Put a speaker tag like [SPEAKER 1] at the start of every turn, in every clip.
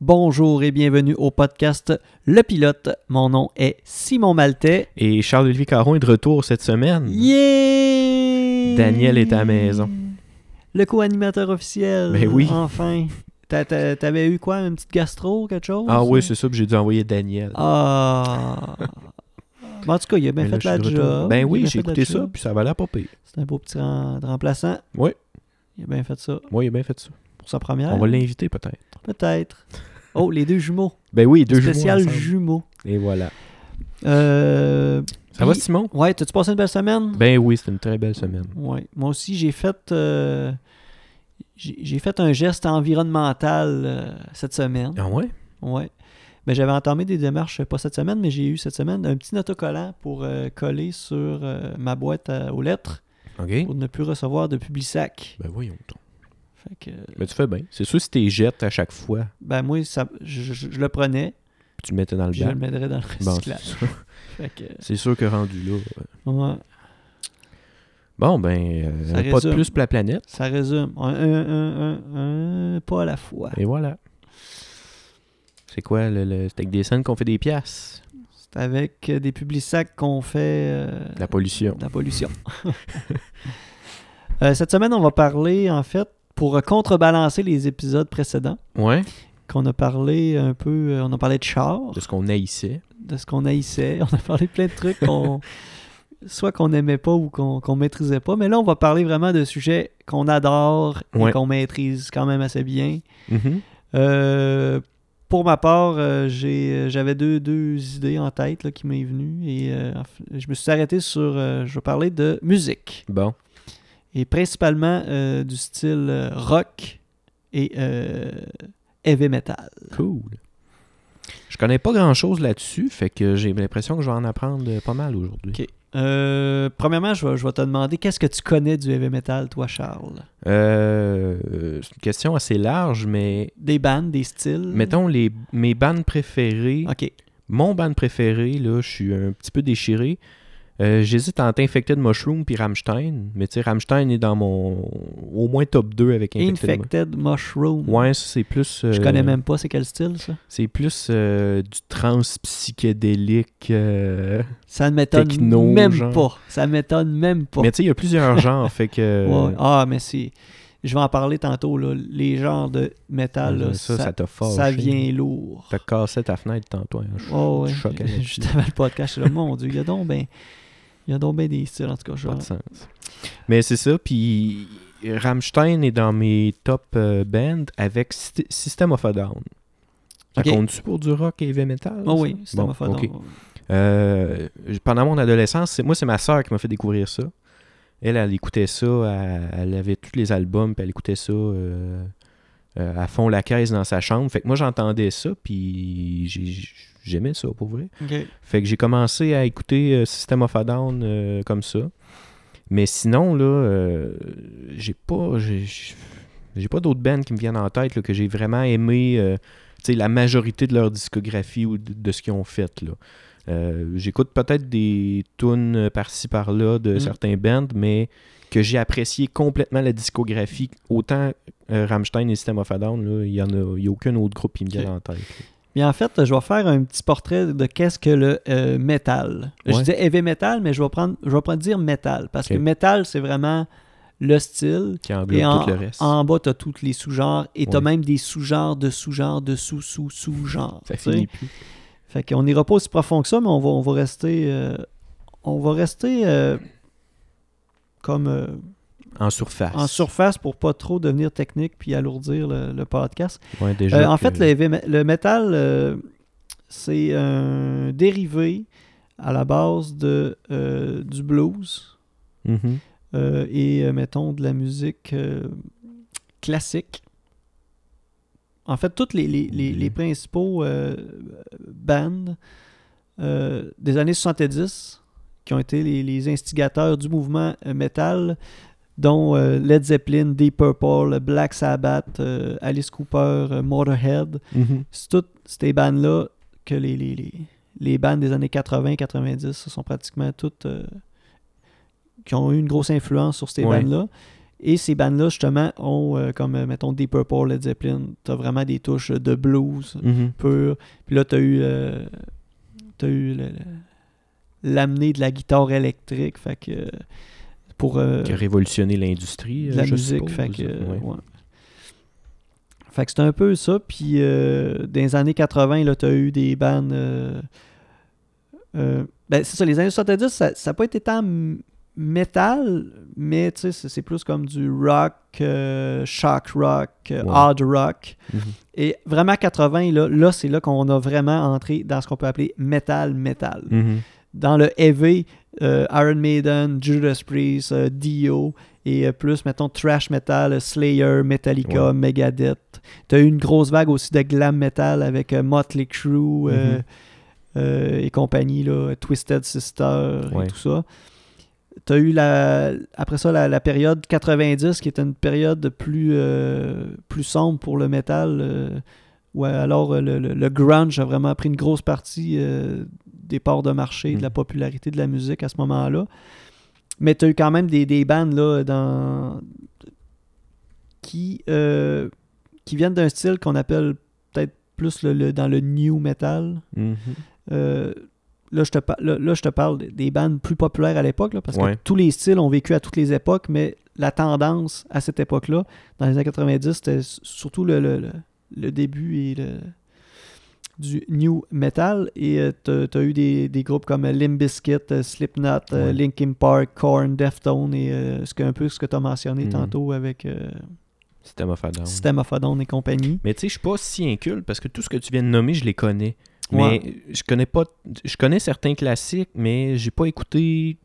[SPEAKER 1] Bonjour et bienvenue au podcast Le Pilote. Mon nom est Simon Maltais.
[SPEAKER 2] Et Charles-Olivier Caron est de retour cette semaine.
[SPEAKER 1] Yeah!
[SPEAKER 2] Mhm. Daniel est à la maison.
[SPEAKER 1] Le co-animateur officiel.
[SPEAKER 2] Ben oui.
[SPEAKER 1] Enfin. T'a- t'a- T'avais eu quoi? Une petite gastro, quelque chose?
[SPEAKER 2] Ah oui, c'est ça, puis j'ai dû envoyer Daniel.
[SPEAKER 1] Ah. Mais en tout cas, il a bien
[SPEAKER 2] Mais là,
[SPEAKER 1] fait
[SPEAKER 2] je suis
[SPEAKER 1] la
[SPEAKER 2] de retour.
[SPEAKER 1] job.
[SPEAKER 2] Ben
[SPEAKER 1] Il a
[SPEAKER 2] oui,
[SPEAKER 1] bien
[SPEAKER 2] j'ai
[SPEAKER 1] fait la
[SPEAKER 2] écouté ça,
[SPEAKER 1] job.
[SPEAKER 2] puis ça valait pas pire.
[SPEAKER 1] C'est un beau petit rem- remplaçant.
[SPEAKER 2] Oui.
[SPEAKER 1] Il a bien fait ça
[SPEAKER 2] Moi, il a bien fait ça.
[SPEAKER 1] pour sa première.
[SPEAKER 2] On va l'inviter peut-être.
[SPEAKER 1] Peut-être. Oh, les deux jumeaux.
[SPEAKER 2] Ben oui, deux jumeaux
[SPEAKER 1] Spécial
[SPEAKER 2] ensemble.
[SPEAKER 1] jumeaux.
[SPEAKER 2] Et voilà.
[SPEAKER 1] Euh,
[SPEAKER 2] Ça va,
[SPEAKER 1] puis-
[SPEAKER 2] Simon?
[SPEAKER 1] Ouais, t'as-tu passé une belle semaine?
[SPEAKER 2] Ben oui, c'est une très belle semaine.
[SPEAKER 1] Ouais. Moi aussi, j'ai fait, euh, j'ai j'ai fait un geste environnemental euh, cette semaine.
[SPEAKER 2] Ah ouais?
[SPEAKER 1] Ouais. Ben, J'avais entamé des démarches, euh, pas cette semaine, mais j'ai eu cette semaine un petit autocollant pour euh, coller sur euh, ma boîte à- aux lettres
[SPEAKER 2] OK.
[SPEAKER 1] pour ne plus recevoir de Publisac.
[SPEAKER 2] Ben voyons donc.
[SPEAKER 1] Fait que, euh,
[SPEAKER 2] Mais tu fais bien. C'est sûr, si t'es jettes à chaque fois,
[SPEAKER 1] ben moi, ça, je, je- je le prenais,
[SPEAKER 2] puis tu le mettais dans le
[SPEAKER 1] puis je le
[SPEAKER 2] bac.
[SPEAKER 1] mettrais dans le
[SPEAKER 2] Bon,
[SPEAKER 1] recyclage.
[SPEAKER 2] c'est sûr.
[SPEAKER 1] Fait que, euh,
[SPEAKER 2] c'est sûr que rendu là. euh,
[SPEAKER 1] ouais,
[SPEAKER 2] Bon, ben, euh,
[SPEAKER 1] Ça
[SPEAKER 2] pas de
[SPEAKER 1] résume.
[SPEAKER 2] plus pour la planète.
[SPEAKER 1] ça résume. Un, un, un, un, un, pas à la fois.
[SPEAKER 2] Et voilà.
[SPEAKER 1] Ah.
[SPEAKER 2] C'est quoi? Le, le- C'est avec des scènes qu'on fait des pièces.
[SPEAKER 1] C'est avec euh, des Publisac qu'on fait... euh,
[SPEAKER 2] La pollution.
[SPEAKER 1] La pollution. Euh, cette semaine, on va parler, en fait, pour euh, contrebalancer les épisodes précédents,
[SPEAKER 2] Ouais.
[SPEAKER 1] qu'on a parlé un peu, euh, on a parlé de char,
[SPEAKER 2] De ce qu'on haïssait.
[SPEAKER 1] de ce qu'on haïssait, on a parlé de plein de trucs qu'on, soit qu'on n'aimait pas ou qu'on qu'on maîtrisait pas, mais là, on va parler vraiment de sujets qu'on adore et
[SPEAKER 2] Ouais.
[SPEAKER 1] qu'on maîtrise quand même assez bien. Mm-hmm. Euh, pour ma part, euh, j'ai- euh, j'avais deux, deux idées en tête là, qui m'est venue et euh, en f- je me suis arrêté sur, euh, je vais parler de musique.
[SPEAKER 2] Bon.
[SPEAKER 1] et principalement euh, du style euh, rock et euh, heavy metal.
[SPEAKER 2] Cool. Je connais pas grand chose là-dessus, fait que j'ai l'impression que je vais en apprendre euh, pas mal aujourd'hui.
[SPEAKER 1] Ok. Euh, premièrement, je vais, je vais te demander qu'est-ce que tu connais du heavy metal, toi, Charles
[SPEAKER 2] Euh, euh, c'est une question assez large, mais
[SPEAKER 1] Des bandes, des styles
[SPEAKER 2] mettons les, mes bandes préférées.
[SPEAKER 1] Ok.
[SPEAKER 2] Mon band préféré, là, je suis un petit peu déchiré. Euh, J'hésite entre Infected Mushroom puis Rammstein, mais tu sais, Rammstein est dans mon au moins top 2 avec Infected Mushroom.
[SPEAKER 1] Infected Mushroom.
[SPEAKER 2] Ouais, ça, c'est plus.
[SPEAKER 1] Je
[SPEAKER 2] euh,
[SPEAKER 1] connais même pas c'est quel style, ça.
[SPEAKER 2] C'est plus euh, du trans psychédélique. euh,
[SPEAKER 1] Ça ne m'étonne
[SPEAKER 2] Techno,
[SPEAKER 1] même
[SPEAKER 2] genre.
[SPEAKER 1] pas. Ça m'étonne même pas.
[SPEAKER 2] Mais tu sais, il y a plusieurs genres, fait que.
[SPEAKER 1] Ouais. Ah, mais si. Je vais en parler tantôt, là. Les genres de métal, là,
[SPEAKER 2] ça,
[SPEAKER 1] ça,
[SPEAKER 2] ça hein. t'a fâché.
[SPEAKER 1] ça vient lourd.
[SPEAKER 2] T'as cassé ta fenêtre tantôt. hein. Je-
[SPEAKER 1] Oh, ouais.
[SPEAKER 2] du choc à la
[SPEAKER 1] Juste avant le podcast, je suis là, mon Dieu, il y a donc ben, il y a donc ben des styles, en tout cas. je-
[SPEAKER 2] Pas de sens. Mais c'est ça, puis Rammstein est dans mes top euh, bands avec Syst- System of a Down. Ça
[SPEAKER 1] Ok.
[SPEAKER 2] compte-tu pour du rock et heavy metal?
[SPEAKER 1] Ah
[SPEAKER 2] ça?
[SPEAKER 1] oui, c'est
[SPEAKER 2] Bon,
[SPEAKER 1] ma faute.
[SPEAKER 2] ok. Euh, pendant mon adolescence, c'est- moi, c'est ma sœur qui m'a fait découvrir ça. Elle, elle écoutait ça, elle, elle avait tous les albums, puis elle écoutait ça euh, euh, à fond la caisse dans sa chambre. Fait que moi, j'entendais ça, puis j'ai- j'aimais ça, pour vrai.
[SPEAKER 1] Ok.
[SPEAKER 2] Fait que j'ai commencé à écouter euh, System of a Down euh, comme ça. Mais sinon, là, euh, j'ai pas. J'ai j'ai pas d'autres bands qui me viennent en tête là, que j'ai vraiment aimé euh, tu sais, la majorité de leur discographie ou de, de ce qu'ils ont fait. là. Euh, J'écoute peut-être des tunes euh, par-ci par-là de
[SPEAKER 1] Mm.
[SPEAKER 2] certains bands, mais que j'ai apprécié complètement la discographie. Autant euh, Rammstein et System of a Down, là, il n'y a, il y a aucun autre groupe qui me vient
[SPEAKER 1] Ok.
[SPEAKER 2] en tête. là.
[SPEAKER 1] Mais en fait, je vais faire un petit portrait de qu'est-ce que le euh, métal. Je
[SPEAKER 2] Ouais.
[SPEAKER 1] disais heavy metal, mais je vais prendre, je vais prendre dire métal parce
[SPEAKER 2] Ok.
[SPEAKER 1] que métal, c'est vraiment le style.
[SPEAKER 2] Qui
[SPEAKER 1] Et
[SPEAKER 2] englobe
[SPEAKER 1] en,
[SPEAKER 2] tout le reste.
[SPEAKER 1] en bas, t'as tous les sous-genres et t'as
[SPEAKER 2] Ouais.
[SPEAKER 1] même des sous-genres de sous-genres de sous-sous-sous-genres.
[SPEAKER 2] Ça
[SPEAKER 1] tu sais.
[SPEAKER 2] finit plus.
[SPEAKER 1] Fait qu'on n'ira pas aussi profond que ça, mais on va, on va rester. euh, on va rester euh, comme. euh,
[SPEAKER 2] En surface.
[SPEAKER 1] en surface pour pas trop devenir technique puis alourdir le, le podcast.
[SPEAKER 2] Ouais, déjà
[SPEAKER 1] Euh, en
[SPEAKER 2] que-
[SPEAKER 1] fait, le, heavy me- le métal, euh, c'est un dérivé à la base de, euh, du blues
[SPEAKER 2] Mhm.
[SPEAKER 1] euh, et, euh, mettons, de la musique euh, classique. En fait, tous les, les- les- les
[SPEAKER 2] Mhm.
[SPEAKER 1] principaux euh, bands euh, des années 70 qui ont été les, les instigateurs du mouvement euh, metal, dont euh, Led Zeppelin, Deep Purple, Black Sabbath, euh, Alice Cooper, euh, Motorhead.
[SPEAKER 2] Mhm.
[SPEAKER 1] C'est toutes ces bandes-là que les, les, les, les bandes des années 80-90 sont pratiquement toutes euh, qui ont eu une grosse influence sur ces
[SPEAKER 2] Ouais.
[SPEAKER 1] bandes-là. Et ces bandes-là, justement, ont, euh, comme, euh, mettons, Deep Purple, Led Zeppelin, t'as vraiment des touches de blues
[SPEAKER 2] Mhm.
[SPEAKER 1] pur. Puis là, t'as eu, euh, t'as eu le- le- l'amenée de la guitare électrique, fait que, euh, pour euh,
[SPEAKER 2] Qui a révolutionné l'industrie.
[SPEAKER 1] de la
[SPEAKER 2] Euh, je
[SPEAKER 1] musique,
[SPEAKER 2] suppose.
[SPEAKER 1] fait que, euh,
[SPEAKER 2] Ouais.
[SPEAKER 1] ouais. Fait que c'était un peu ça. Puis euh, dans les années 80, là, t'as eu des bandes... euh, euh, ben, c'est ça, les années 70, ça n'a pas été tant m- métal, mais tu sais, c'est c'est plus comme du rock, euh, shock rock, euh,
[SPEAKER 2] Ouais.
[SPEAKER 1] hard rock.
[SPEAKER 2] Mhm.
[SPEAKER 1] Et vraiment 80, là, là c'est là qu'on a vraiment entré dans ce qu'on peut appeler metal metal.
[SPEAKER 2] Mhm.
[SPEAKER 1] Dans le heavy, euh, Iron Maiden, Judas Priest, euh, Dio et euh, plus, mettons, trash metal, euh, Slayer, Metallica,
[SPEAKER 2] Ouais.
[SPEAKER 1] Megadeth. T'as eu une grosse vague aussi de glam metal avec euh, Motley Crue euh,
[SPEAKER 2] Mhm.
[SPEAKER 1] euh, et compagnie, là, Twisted Sister
[SPEAKER 2] Ouais.
[SPEAKER 1] et tout ça. T'as eu la, après ça la, la période 90 qui était une période plus, euh, plus sombre pour le métal. euh, ou alors euh, le, le- le grunge a vraiment pris une grosse partie euh, des parts de marché, de la
[SPEAKER 2] Mhm.
[SPEAKER 1] popularité de la musique à ce moment-là. Mais tu as eu quand même des, des bands là, dans... qui, euh, qui viennent d'un style qu'on appelle peut-être plus le, le- dans le new metal.
[SPEAKER 2] Mhm.
[SPEAKER 1] Euh, là, je te par- là, là, je te parle des- des bands plus populaires à l'époque, là, parce
[SPEAKER 2] Ouais.
[SPEAKER 1] que tous les styles ont vécu à toutes les époques, mais la tendance à cette époque-là, dans les années 90, c'était s- surtout le, le- le- le début et le, du new metal. Et tu as eu des, des groupes comme Limp Bizkit, euh, Slipknot, euh,
[SPEAKER 2] Ouais.
[SPEAKER 1] Linkin Park, Korn, Deftone, et euh, ce que, un peu ce que tu as mentionné
[SPEAKER 2] Mhm.
[SPEAKER 1] tantôt avec euh,
[SPEAKER 2] Ben System of a Down.
[SPEAKER 1] System of a Down et compagnie.
[SPEAKER 2] Mais tu sais, je suis pas si inculte parce que tout ce que tu viens de nommer, je les connais.
[SPEAKER 1] Ouais.
[SPEAKER 2] Mais je connais pas. Je connais certains classiques, mais j'ai pas écouté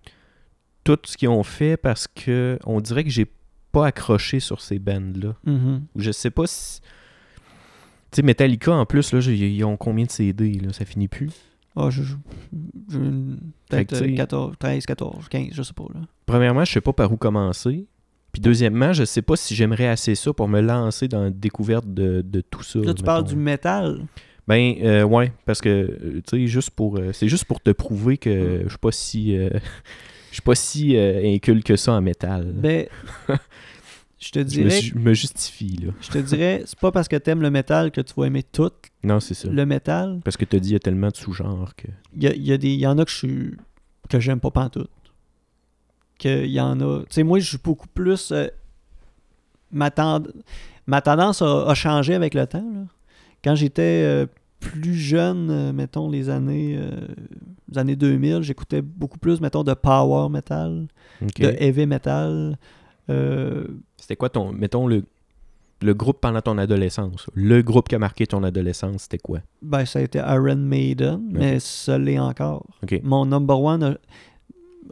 [SPEAKER 2] tout ce qu'ils ont fait parce que on dirait que j'ai pas accroché sur ces bands-là.
[SPEAKER 1] Mhm.
[SPEAKER 2] Ou Je sais pas si. Tu sais, Metallica en plus, là, j'ai- ils ont combien de CD, là? Ça finit plus.
[SPEAKER 1] Ah, je, je- je-
[SPEAKER 2] Fait que
[SPEAKER 1] peut-être
[SPEAKER 2] tu sais-
[SPEAKER 1] euh, 14, 13, 14, 15, je sais pas. Là.
[SPEAKER 2] Premièrement, je sais pas par où commencer. Puis deuxièmement, je sais pas si j'aimerais assez ça pour me lancer dans la découverte de, de tout ça.
[SPEAKER 1] Là, tu parles
[SPEAKER 2] mettons.
[SPEAKER 1] du métal.
[SPEAKER 2] Ben, euh, ouais, parce que, euh, tu sais, juste pour... euh, c'est juste pour te prouver
[SPEAKER 1] Mm.
[SPEAKER 2] que je suis pas si... euh, je suis pas si euh, inculte que ça en métal.
[SPEAKER 1] Ben, je te
[SPEAKER 2] Euh. je me,
[SPEAKER 1] dirais,
[SPEAKER 2] ju- me justifie, là.
[SPEAKER 1] je te dirais, c'est pas parce que t'aimes le métal que tu vas aimer tout
[SPEAKER 2] Non, c'est ça.
[SPEAKER 1] le métal.
[SPEAKER 2] Parce que t'as dit, il y a tellement de sous-genres que...
[SPEAKER 1] Il y, a- il y a des, il y en a que je suis, que j'aime pas pantoute. Que il y en a. Tu sais, moi, je suis beaucoup plus. euh, ma, tend- ma tendance a, a changé avec le temps. là. Quand j'étais euh, plus jeune, euh, mettons les années, euh, les années 2000, j'écoutais beaucoup plus, mettons, de power metal,
[SPEAKER 2] Ok.
[SPEAKER 1] de heavy metal. euh,
[SPEAKER 2] C'était quoi ton... Mettons, le, le groupe pendant ton adolescence. Le groupe qui a marqué ton adolescence, c'était quoi?
[SPEAKER 1] Ben, ça a été Iron Maiden, mais ça l'est encore.
[SPEAKER 2] Ok.
[SPEAKER 1] Mon number one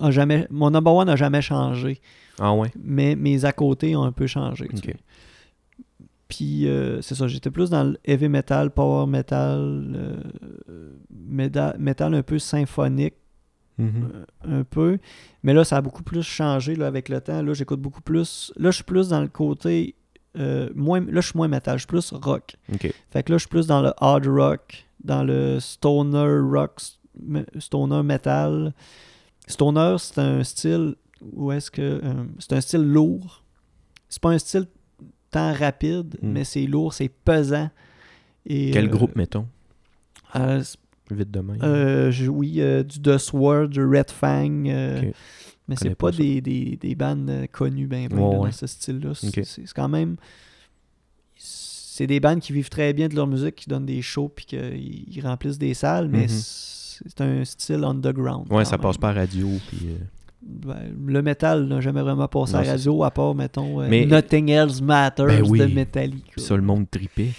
[SPEAKER 1] a, a jamais, mon number one n'a jamais changé,
[SPEAKER 2] Ah ouais?
[SPEAKER 1] mais mes à côté ont un peu changé. tu
[SPEAKER 2] Ok.
[SPEAKER 1] sais. Puis euh, c'est ça, j'étais plus dans le heavy metal, power metal, euh, méda- metal un peu symphonique,
[SPEAKER 2] Mhm.
[SPEAKER 1] euh, un peu. Mais là, ça a beaucoup plus changé là, avec le temps. Là, j'écoute beaucoup plus. Là, je suis plus dans le côté. euh, moins, là, je suis moins metal, je suis plus rock.
[SPEAKER 2] Ok.
[SPEAKER 1] Fait que là, je suis plus dans le hard rock, dans le stoner rock, me- stoner metal. Stoner, c'est un style où est-ce que. euh, c'est un style lourd. C'est pas un style tant rapide,
[SPEAKER 2] Mm.
[SPEAKER 1] mais c'est lourd, c'est pesant. Et,
[SPEAKER 2] Quel
[SPEAKER 1] euh,
[SPEAKER 2] groupe, mettons?
[SPEAKER 1] euh, c'est-
[SPEAKER 2] Vite demain.
[SPEAKER 1] euh, je- oui, euh, du The Sword, du Red Fang. euh,
[SPEAKER 2] Mm. Ok.
[SPEAKER 1] Mais
[SPEAKER 2] Connais
[SPEAKER 1] c'est
[SPEAKER 2] pas
[SPEAKER 1] pas
[SPEAKER 2] ça.
[SPEAKER 1] des, des, des bandes euh, connues ben, ben,
[SPEAKER 2] Ouais,
[SPEAKER 1] là,
[SPEAKER 2] ouais.
[SPEAKER 1] dans ce style-là. C'est
[SPEAKER 2] Ok.
[SPEAKER 1] c'est- c'est quand même. C'est des bandes qui vivent très bien de leur musique, qui donnent des shows puis qu'ils remplissent des salles, mais
[SPEAKER 2] Mhm.
[SPEAKER 1] c'est un style underground.
[SPEAKER 2] ouais,
[SPEAKER 1] quand
[SPEAKER 2] ça
[SPEAKER 1] même.
[SPEAKER 2] passe pas à radio, puis... euh,
[SPEAKER 1] Ben, le métal n'a jamais vraiment passé
[SPEAKER 2] Non,
[SPEAKER 1] à
[SPEAKER 2] c'est
[SPEAKER 1] la radio, à part, mettons, euh,
[SPEAKER 2] Mais-
[SPEAKER 1] Nothing Else Matters
[SPEAKER 2] Ben oui.
[SPEAKER 1] de Metallica.
[SPEAKER 2] puis ça, le monde tripait.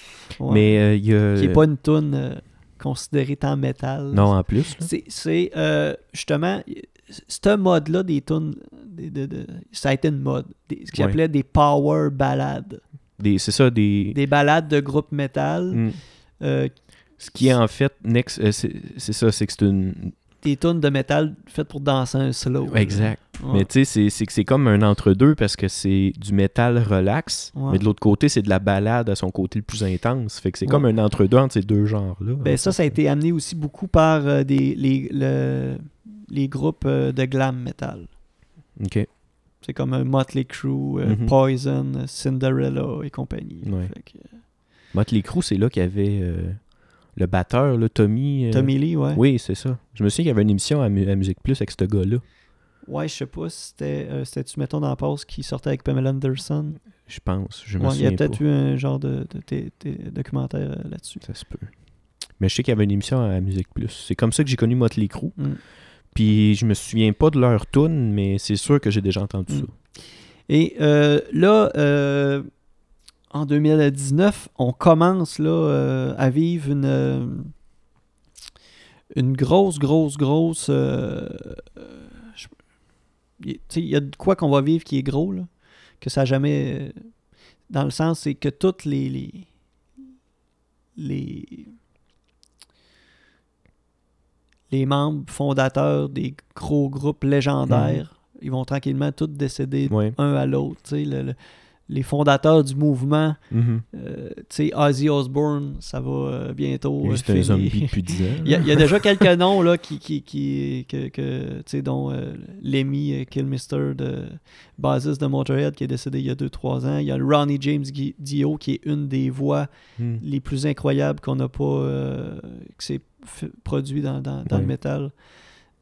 [SPEAKER 1] Ouais.
[SPEAKER 2] Mais euh, il y a...
[SPEAKER 1] Qui n'est pas une tune considérée tant métal.
[SPEAKER 2] Non, en plus. là.
[SPEAKER 1] C'est, c'est, euh, justement, ce mode-là des tunes, des- de- de- ça a été une mode. Des- ce qu'ils
[SPEAKER 2] Ouais.
[SPEAKER 1] appelaient des power ballades.
[SPEAKER 2] Des- C'est ça, des...
[SPEAKER 1] Des ballades de groupe metal.
[SPEAKER 2] Mm.
[SPEAKER 1] euh,
[SPEAKER 2] Ce qui est en fait, next, euh, c'est c'est ça, c'est que c'est une.
[SPEAKER 1] des tunes de métal faites pour danser un slow.
[SPEAKER 2] Exact.
[SPEAKER 1] Ouais.
[SPEAKER 2] Mais tu sais, c'est- c'est que c'est comme un entre-deux parce que c'est du métal relax,
[SPEAKER 1] Ouais.
[SPEAKER 2] mais de l'autre côté, c'est de la balade à son côté le plus intense. Fait que c'est
[SPEAKER 1] Ouais.
[SPEAKER 2] comme un entre-deux entre ces deux genres-là.
[SPEAKER 1] Ben, ça, ça a été amené aussi beaucoup par euh, des, les, le- les groupes euh, de glam metal.
[SPEAKER 2] OK.
[SPEAKER 1] C'est comme un Motley Crue, euh,
[SPEAKER 2] Mhm.
[SPEAKER 1] Poison, Cinderella et compagnie.
[SPEAKER 2] Ouais.
[SPEAKER 1] Fait que, euh,
[SPEAKER 2] Motley Crue, c'est là qu'il y avait euh, le batteur, là, Tommy. euh,
[SPEAKER 1] Tommy Lee, ouais.
[SPEAKER 2] Oui, c'est ça. Je me souviens qu'il y avait une émission à, Mu- à Musique Plus avec ce gars-là.
[SPEAKER 1] Ouais, je sais pas si c'était, euh, c'était-tu, mettons, dans la pause qui sortait avec Pamela Anderson.
[SPEAKER 2] Je pense. Je me
[SPEAKER 1] Ouais, il y a
[SPEAKER 2] souviens pas.
[SPEAKER 1] peut-être eu un genre de, de- de- de- documentaire euh, là-dessus.
[SPEAKER 2] Ça se peut. Mais je sais qu'il y avait une émission à Musique Plus. C'est comme ça que j'ai connu Motley Crue.
[SPEAKER 1] Mm.
[SPEAKER 2] Puis je me souviens pas de leur tune, mais c'est sûr que j'ai déjà entendu
[SPEAKER 1] Mm.
[SPEAKER 2] ça.
[SPEAKER 1] Et euh, là, euh, en 2019, on commence là, euh, à vivre une, euh, une grosse, grosse, grosse. euh, euh, je- y- tu sais, Il y a de quoi qu'on va vivre qui est gros, là, que ça a jamais. euh, Dans le sens, c'est que toutes les. les, les les membres fondateurs des gros groupes légendaires, ils vont tranquillement tous décéder
[SPEAKER 2] Ouais.
[SPEAKER 1] un à l'autre. tu sais, le- le- les fondateurs du mouvement,
[SPEAKER 2] Mhm.
[SPEAKER 1] euh, tu sais, Ozzy Osbourne, ça va euh, bientôt.
[SPEAKER 2] Lui,
[SPEAKER 1] euh,
[SPEAKER 2] c'est un
[SPEAKER 1] finir.
[SPEAKER 2] zombie depuis 10 ans.
[SPEAKER 1] Il y, a, il y a déjà quelques noms là, qui, qui, qui, que, que, tu sais, dont euh, Lemmy euh, Kilmister, de bassiste de Motorhead, qui est décédé il y a 2-3 ans. Il y a Ronnie James Gui- Dio, qui est une des voix
[SPEAKER 2] Mm.
[SPEAKER 1] les plus incroyables qu'on n'a pas, euh, qui s'est f- produit dans, dans- dans
[SPEAKER 2] Ouais.
[SPEAKER 1] le métal.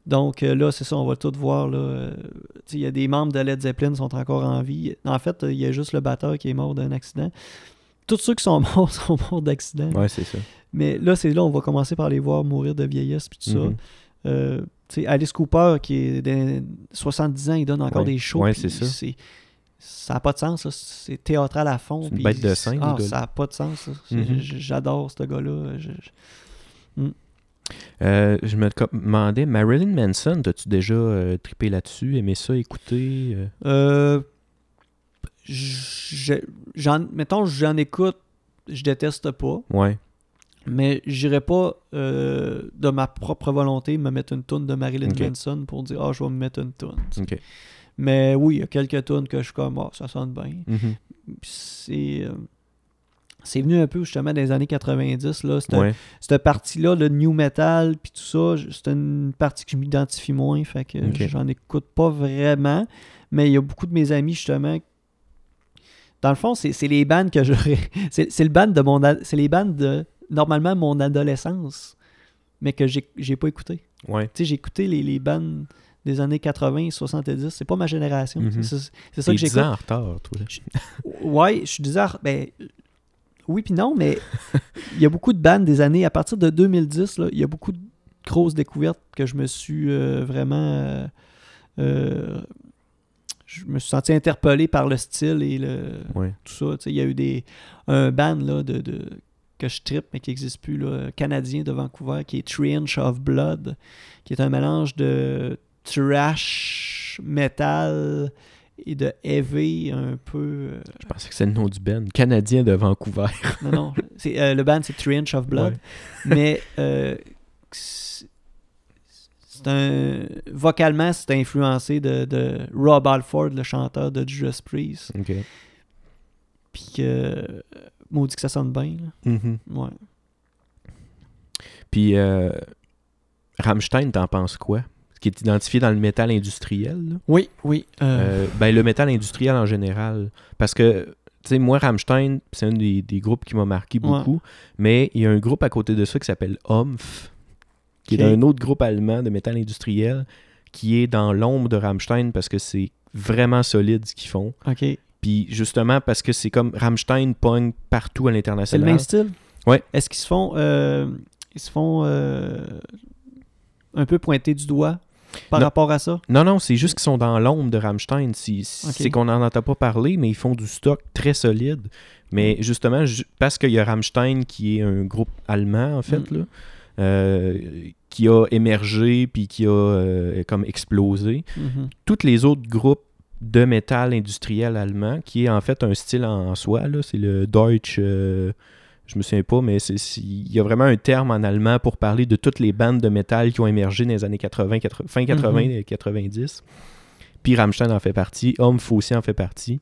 [SPEAKER 1] Donc euh, là, c'est ça, on va tout voir. là, euh, tu sais, Il y a des membres de Led Zeppelin qui sont encore en vie. En fait, euh, il y a juste le batteur qui est mort d'un accident. Tous ceux qui sont morts sont morts d'accident.
[SPEAKER 2] Ouais, c'est ça.
[SPEAKER 1] Mais là, c'est là, on va commencer par les voir mourir de vieillesse puis tout ça.
[SPEAKER 2] Mhm.
[SPEAKER 1] Euh, tu sais, Alice Cooper, qui est dans 70 ans, il donne encore
[SPEAKER 2] Ouais.
[SPEAKER 1] des shows.
[SPEAKER 2] Ouais,
[SPEAKER 1] puis
[SPEAKER 2] c'est ça.
[SPEAKER 1] ça n'a pas de sens, là. c'est théâtral à fond.
[SPEAKER 2] C'est une
[SPEAKER 1] puis
[SPEAKER 2] bête de scène,
[SPEAKER 1] ah,
[SPEAKER 2] le gars-là.
[SPEAKER 1] ça n'a pas de sens. là. C'est-
[SPEAKER 2] Mhm.
[SPEAKER 1] j- J'adore ce gars-là. Je- je-
[SPEAKER 2] Euh, je me co- demandais, Marilyn Manson, t'as-tu déjà euh, trippé là-dessus, aimé ça, écouté euh?
[SPEAKER 1] Euh, j'ai- j'en- mettons, j'en écoute, je déteste pas,
[SPEAKER 2] Ouais.
[SPEAKER 1] mais j'irai pas euh, de ma propre volonté me mettre une toune de Marilyn
[SPEAKER 2] Ok.
[SPEAKER 1] Manson pour dire, ah, je vais me mettre une toune. tu sais.
[SPEAKER 2] Ok.
[SPEAKER 1] Mais oui, il y a quelques tounes que je suis comme, ah, ça sonne bien.
[SPEAKER 2] Mhm.
[SPEAKER 1] Puis c'est euh, c'est venu un peu justement des années 90 là cette,
[SPEAKER 2] Ouais.
[SPEAKER 1] cette partie là le new metal puis tout ça j- c'est une partie que je m'identifie moins fait que
[SPEAKER 2] Ok.
[SPEAKER 1] j'en écoute pas vraiment mais il y a beaucoup de mes amis justement dans le fond c'est c'est les bandes que j'aurais c'est c'est le band de mon a- c'est les bandes de normalement mon adolescence mais que j'ai j'ai pas écouté
[SPEAKER 2] Ouais.
[SPEAKER 1] tu sais j'ai écouté les, les bandes des années 80 70 c'est pas ma génération
[SPEAKER 2] Mhm.
[SPEAKER 1] c'est c'est- c'est ça
[SPEAKER 2] T'es
[SPEAKER 1] que
[SPEAKER 2] 10
[SPEAKER 1] j'écoute
[SPEAKER 2] ans en retard, toi. là.
[SPEAKER 1] Ouais, je suis bizarre. Ben, oui puis non, mais il y a beaucoup de bandes des années. À partir de 2010, là, il y a beaucoup de grosses découvertes que je me suis euh, vraiment. euh, euh, je me suis senti interpellé par le style et le,
[SPEAKER 2] Ouais.
[SPEAKER 1] tout ça. Tu sais, Il y a eu des, un band là, de, de- que je trippe, mais qui n'existe plus, là, canadien de Vancouver, qui est Three Inch of Blood, qui est un mélange de trash, metal et de heavy, un peu. euh,
[SPEAKER 2] Je pensais que c'est le nom du Ben. Canadien de Vancouver.
[SPEAKER 1] non, non, c'est, euh, le band c'est Three Inch of Blood,
[SPEAKER 2] Ouais.
[SPEAKER 1] mais euh, c'est c'est un. Vocalement, c'est influencé de, de Rob Alford, le chanteur de Judas Priest,
[SPEAKER 2] Ok.
[SPEAKER 1] puis que. euh, Maudit que ça sonne bien, là.
[SPEAKER 2] Mhm.
[SPEAKER 1] Ouais.
[SPEAKER 2] Puis, euh, Rammstein, t'en penses quoi? Ce qui est identifié dans le métal industriel, là.
[SPEAKER 1] Oui, oui. euh,
[SPEAKER 2] Euh, ben, le métal industriel en général. Parce que, tu sais, moi, Rammstein, c'est un des, des groupes qui m'a marqué
[SPEAKER 1] Ouais.
[SPEAKER 2] beaucoup. Mais il y a un groupe à côté de ça qui s'appelle Omf, qui
[SPEAKER 1] Ok.
[SPEAKER 2] est un autre groupe allemand de métal industriel qui est dans l'ombre de Rammstein parce que c'est vraiment solide ce qu'ils font.
[SPEAKER 1] Euh, OK.
[SPEAKER 2] Puis justement, parce que c'est comme Rammstein pogne partout
[SPEAKER 1] C'est
[SPEAKER 2] à
[SPEAKER 1] le
[SPEAKER 2] l'international.
[SPEAKER 1] même style?
[SPEAKER 2] Ouais.
[SPEAKER 1] Est-ce qu'ils se font euh, ils se font euh, un peu pointer du doigt par
[SPEAKER 2] Non.
[SPEAKER 1] rapport à ça?
[SPEAKER 2] Non, non, c'est juste qu'ils sont dans l'ombre de Rammstein. Si- si-
[SPEAKER 1] Ok.
[SPEAKER 2] C'est qu'on n'en entend pas parler, mais ils font du stock très solide. Mais
[SPEAKER 1] Mm.
[SPEAKER 2] justement, ju- parce qu'il y a Rammstein qui est un groupe allemand, en fait,
[SPEAKER 1] Mm.
[SPEAKER 2] là, euh, qui a émergé puis qui a euh, comme explosé.
[SPEAKER 1] Mhm.
[SPEAKER 2] Toutes les autres groupes de métal industriel allemand, qui est en fait un style en, en soi, là, c'est le Deutsch. euh, je me souviens pas, mais c'est- c'est- il y a vraiment un terme en allemand pour parler de toutes les bandes de métal qui ont émergé dans les années 80, 80
[SPEAKER 1] Mhm.
[SPEAKER 2] euh, fin 80 et 90. Puis Rammstein en fait partie, Homme aussi en fait partie.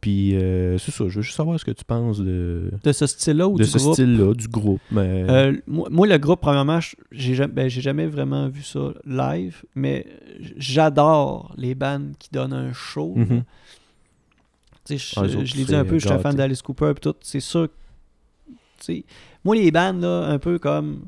[SPEAKER 2] Puis euh, c'est ça, je veux juste savoir ce que tu penses de,
[SPEAKER 1] De ce style-là ou
[SPEAKER 2] de
[SPEAKER 1] du
[SPEAKER 2] ce
[SPEAKER 1] groupe?
[SPEAKER 2] style-là, du groupe. Mais...
[SPEAKER 1] Euh, moi, moi, le groupe, premièrement, je- j'ai jamais, ben, j'ai jamais vraiment vu ça live, mais j'adore les bands qui donnent un show.
[SPEAKER 2] Mhm.
[SPEAKER 1] Tu sais,
[SPEAKER 2] Ah, eux
[SPEAKER 1] je,
[SPEAKER 2] autres,
[SPEAKER 1] je l'ai dit
[SPEAKER 2] c'est
[SPEAKER 1] un peu, je suis un fan
[SPEAKER 2] gâté.
[SPEAKER 1] d'Alice Cooper et tout. C'est sûr. que- tu sais, moi, les bands, là, un peu comme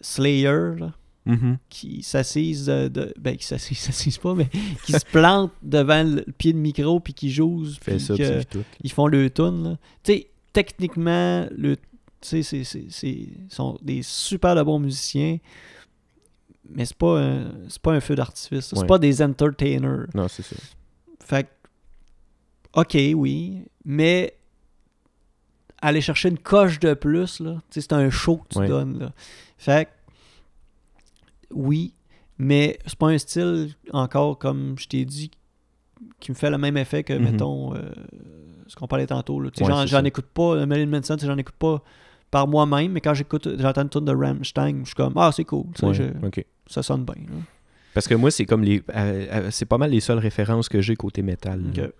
[SPEAKER 1] Slayer, là,
[SPEAKER 2] Mhm.
[SPEAKER 1] qui s'assise de, de- ben qui s'assise s'assise pas mais qui se plante devant le pied de micro puis qui joue
[SPEAKER 2] Fais ça, puis c'est tout.
[SPEAKER 1] ils font le tune là. Tu sais techniquement le tu sais c'est c'est- c'est- sont des super de bons musiciens mais c'est pas un, c'est pas un feu d'artifice, là. c'est
[SPEAKER 2] Ouais.
[SPEAKER 1] pas des entertainers.
[SPEAKER 2] Non, c'est ça.
[SPEAKER 1] Fait que, OK, oui, mais aller chercher une coche de plus, là, tu sais, c'est un show que tu
[SPEAKER 2] Ouais.
[SPEAKER 1] donnes. Là. Fait que, oui, mais c'est pas un style, encore comme je t'ai dit, qui me fait le même effet que,
[SPEAKER 2] Mhm.
[SPEAKER 1] mettons, euh, ce qu'on parlait tantôt. là. Tu sais,
[SPEAKER 2] Ouais,
[SPEAKER 1] j'en,
[SPEAKER 2] c'est
[SPEAKER 1] j'en
[SPEAKER 2] ça.
[SPEAKER 1] écoute pas, euh, Marilyn Manson, tu sais, j'en écoute pas par moi-même, mais quand j'écoute, j'entends une tune de Rammstein, je suis comme, ah, c'est cool, tu sais,
[SPEAKER 2] Ouais,
[SPEAKER 1] je-
[SPEAKER 2] OK.
[SPEAKER 1] ça sonne bien. là.
[SPEAKER 2] Parce que moi, c'est comme les. euh, euh, c'est pas mal les seules références que j'ai côté métal. là.
[SPEAKER 1] Ok.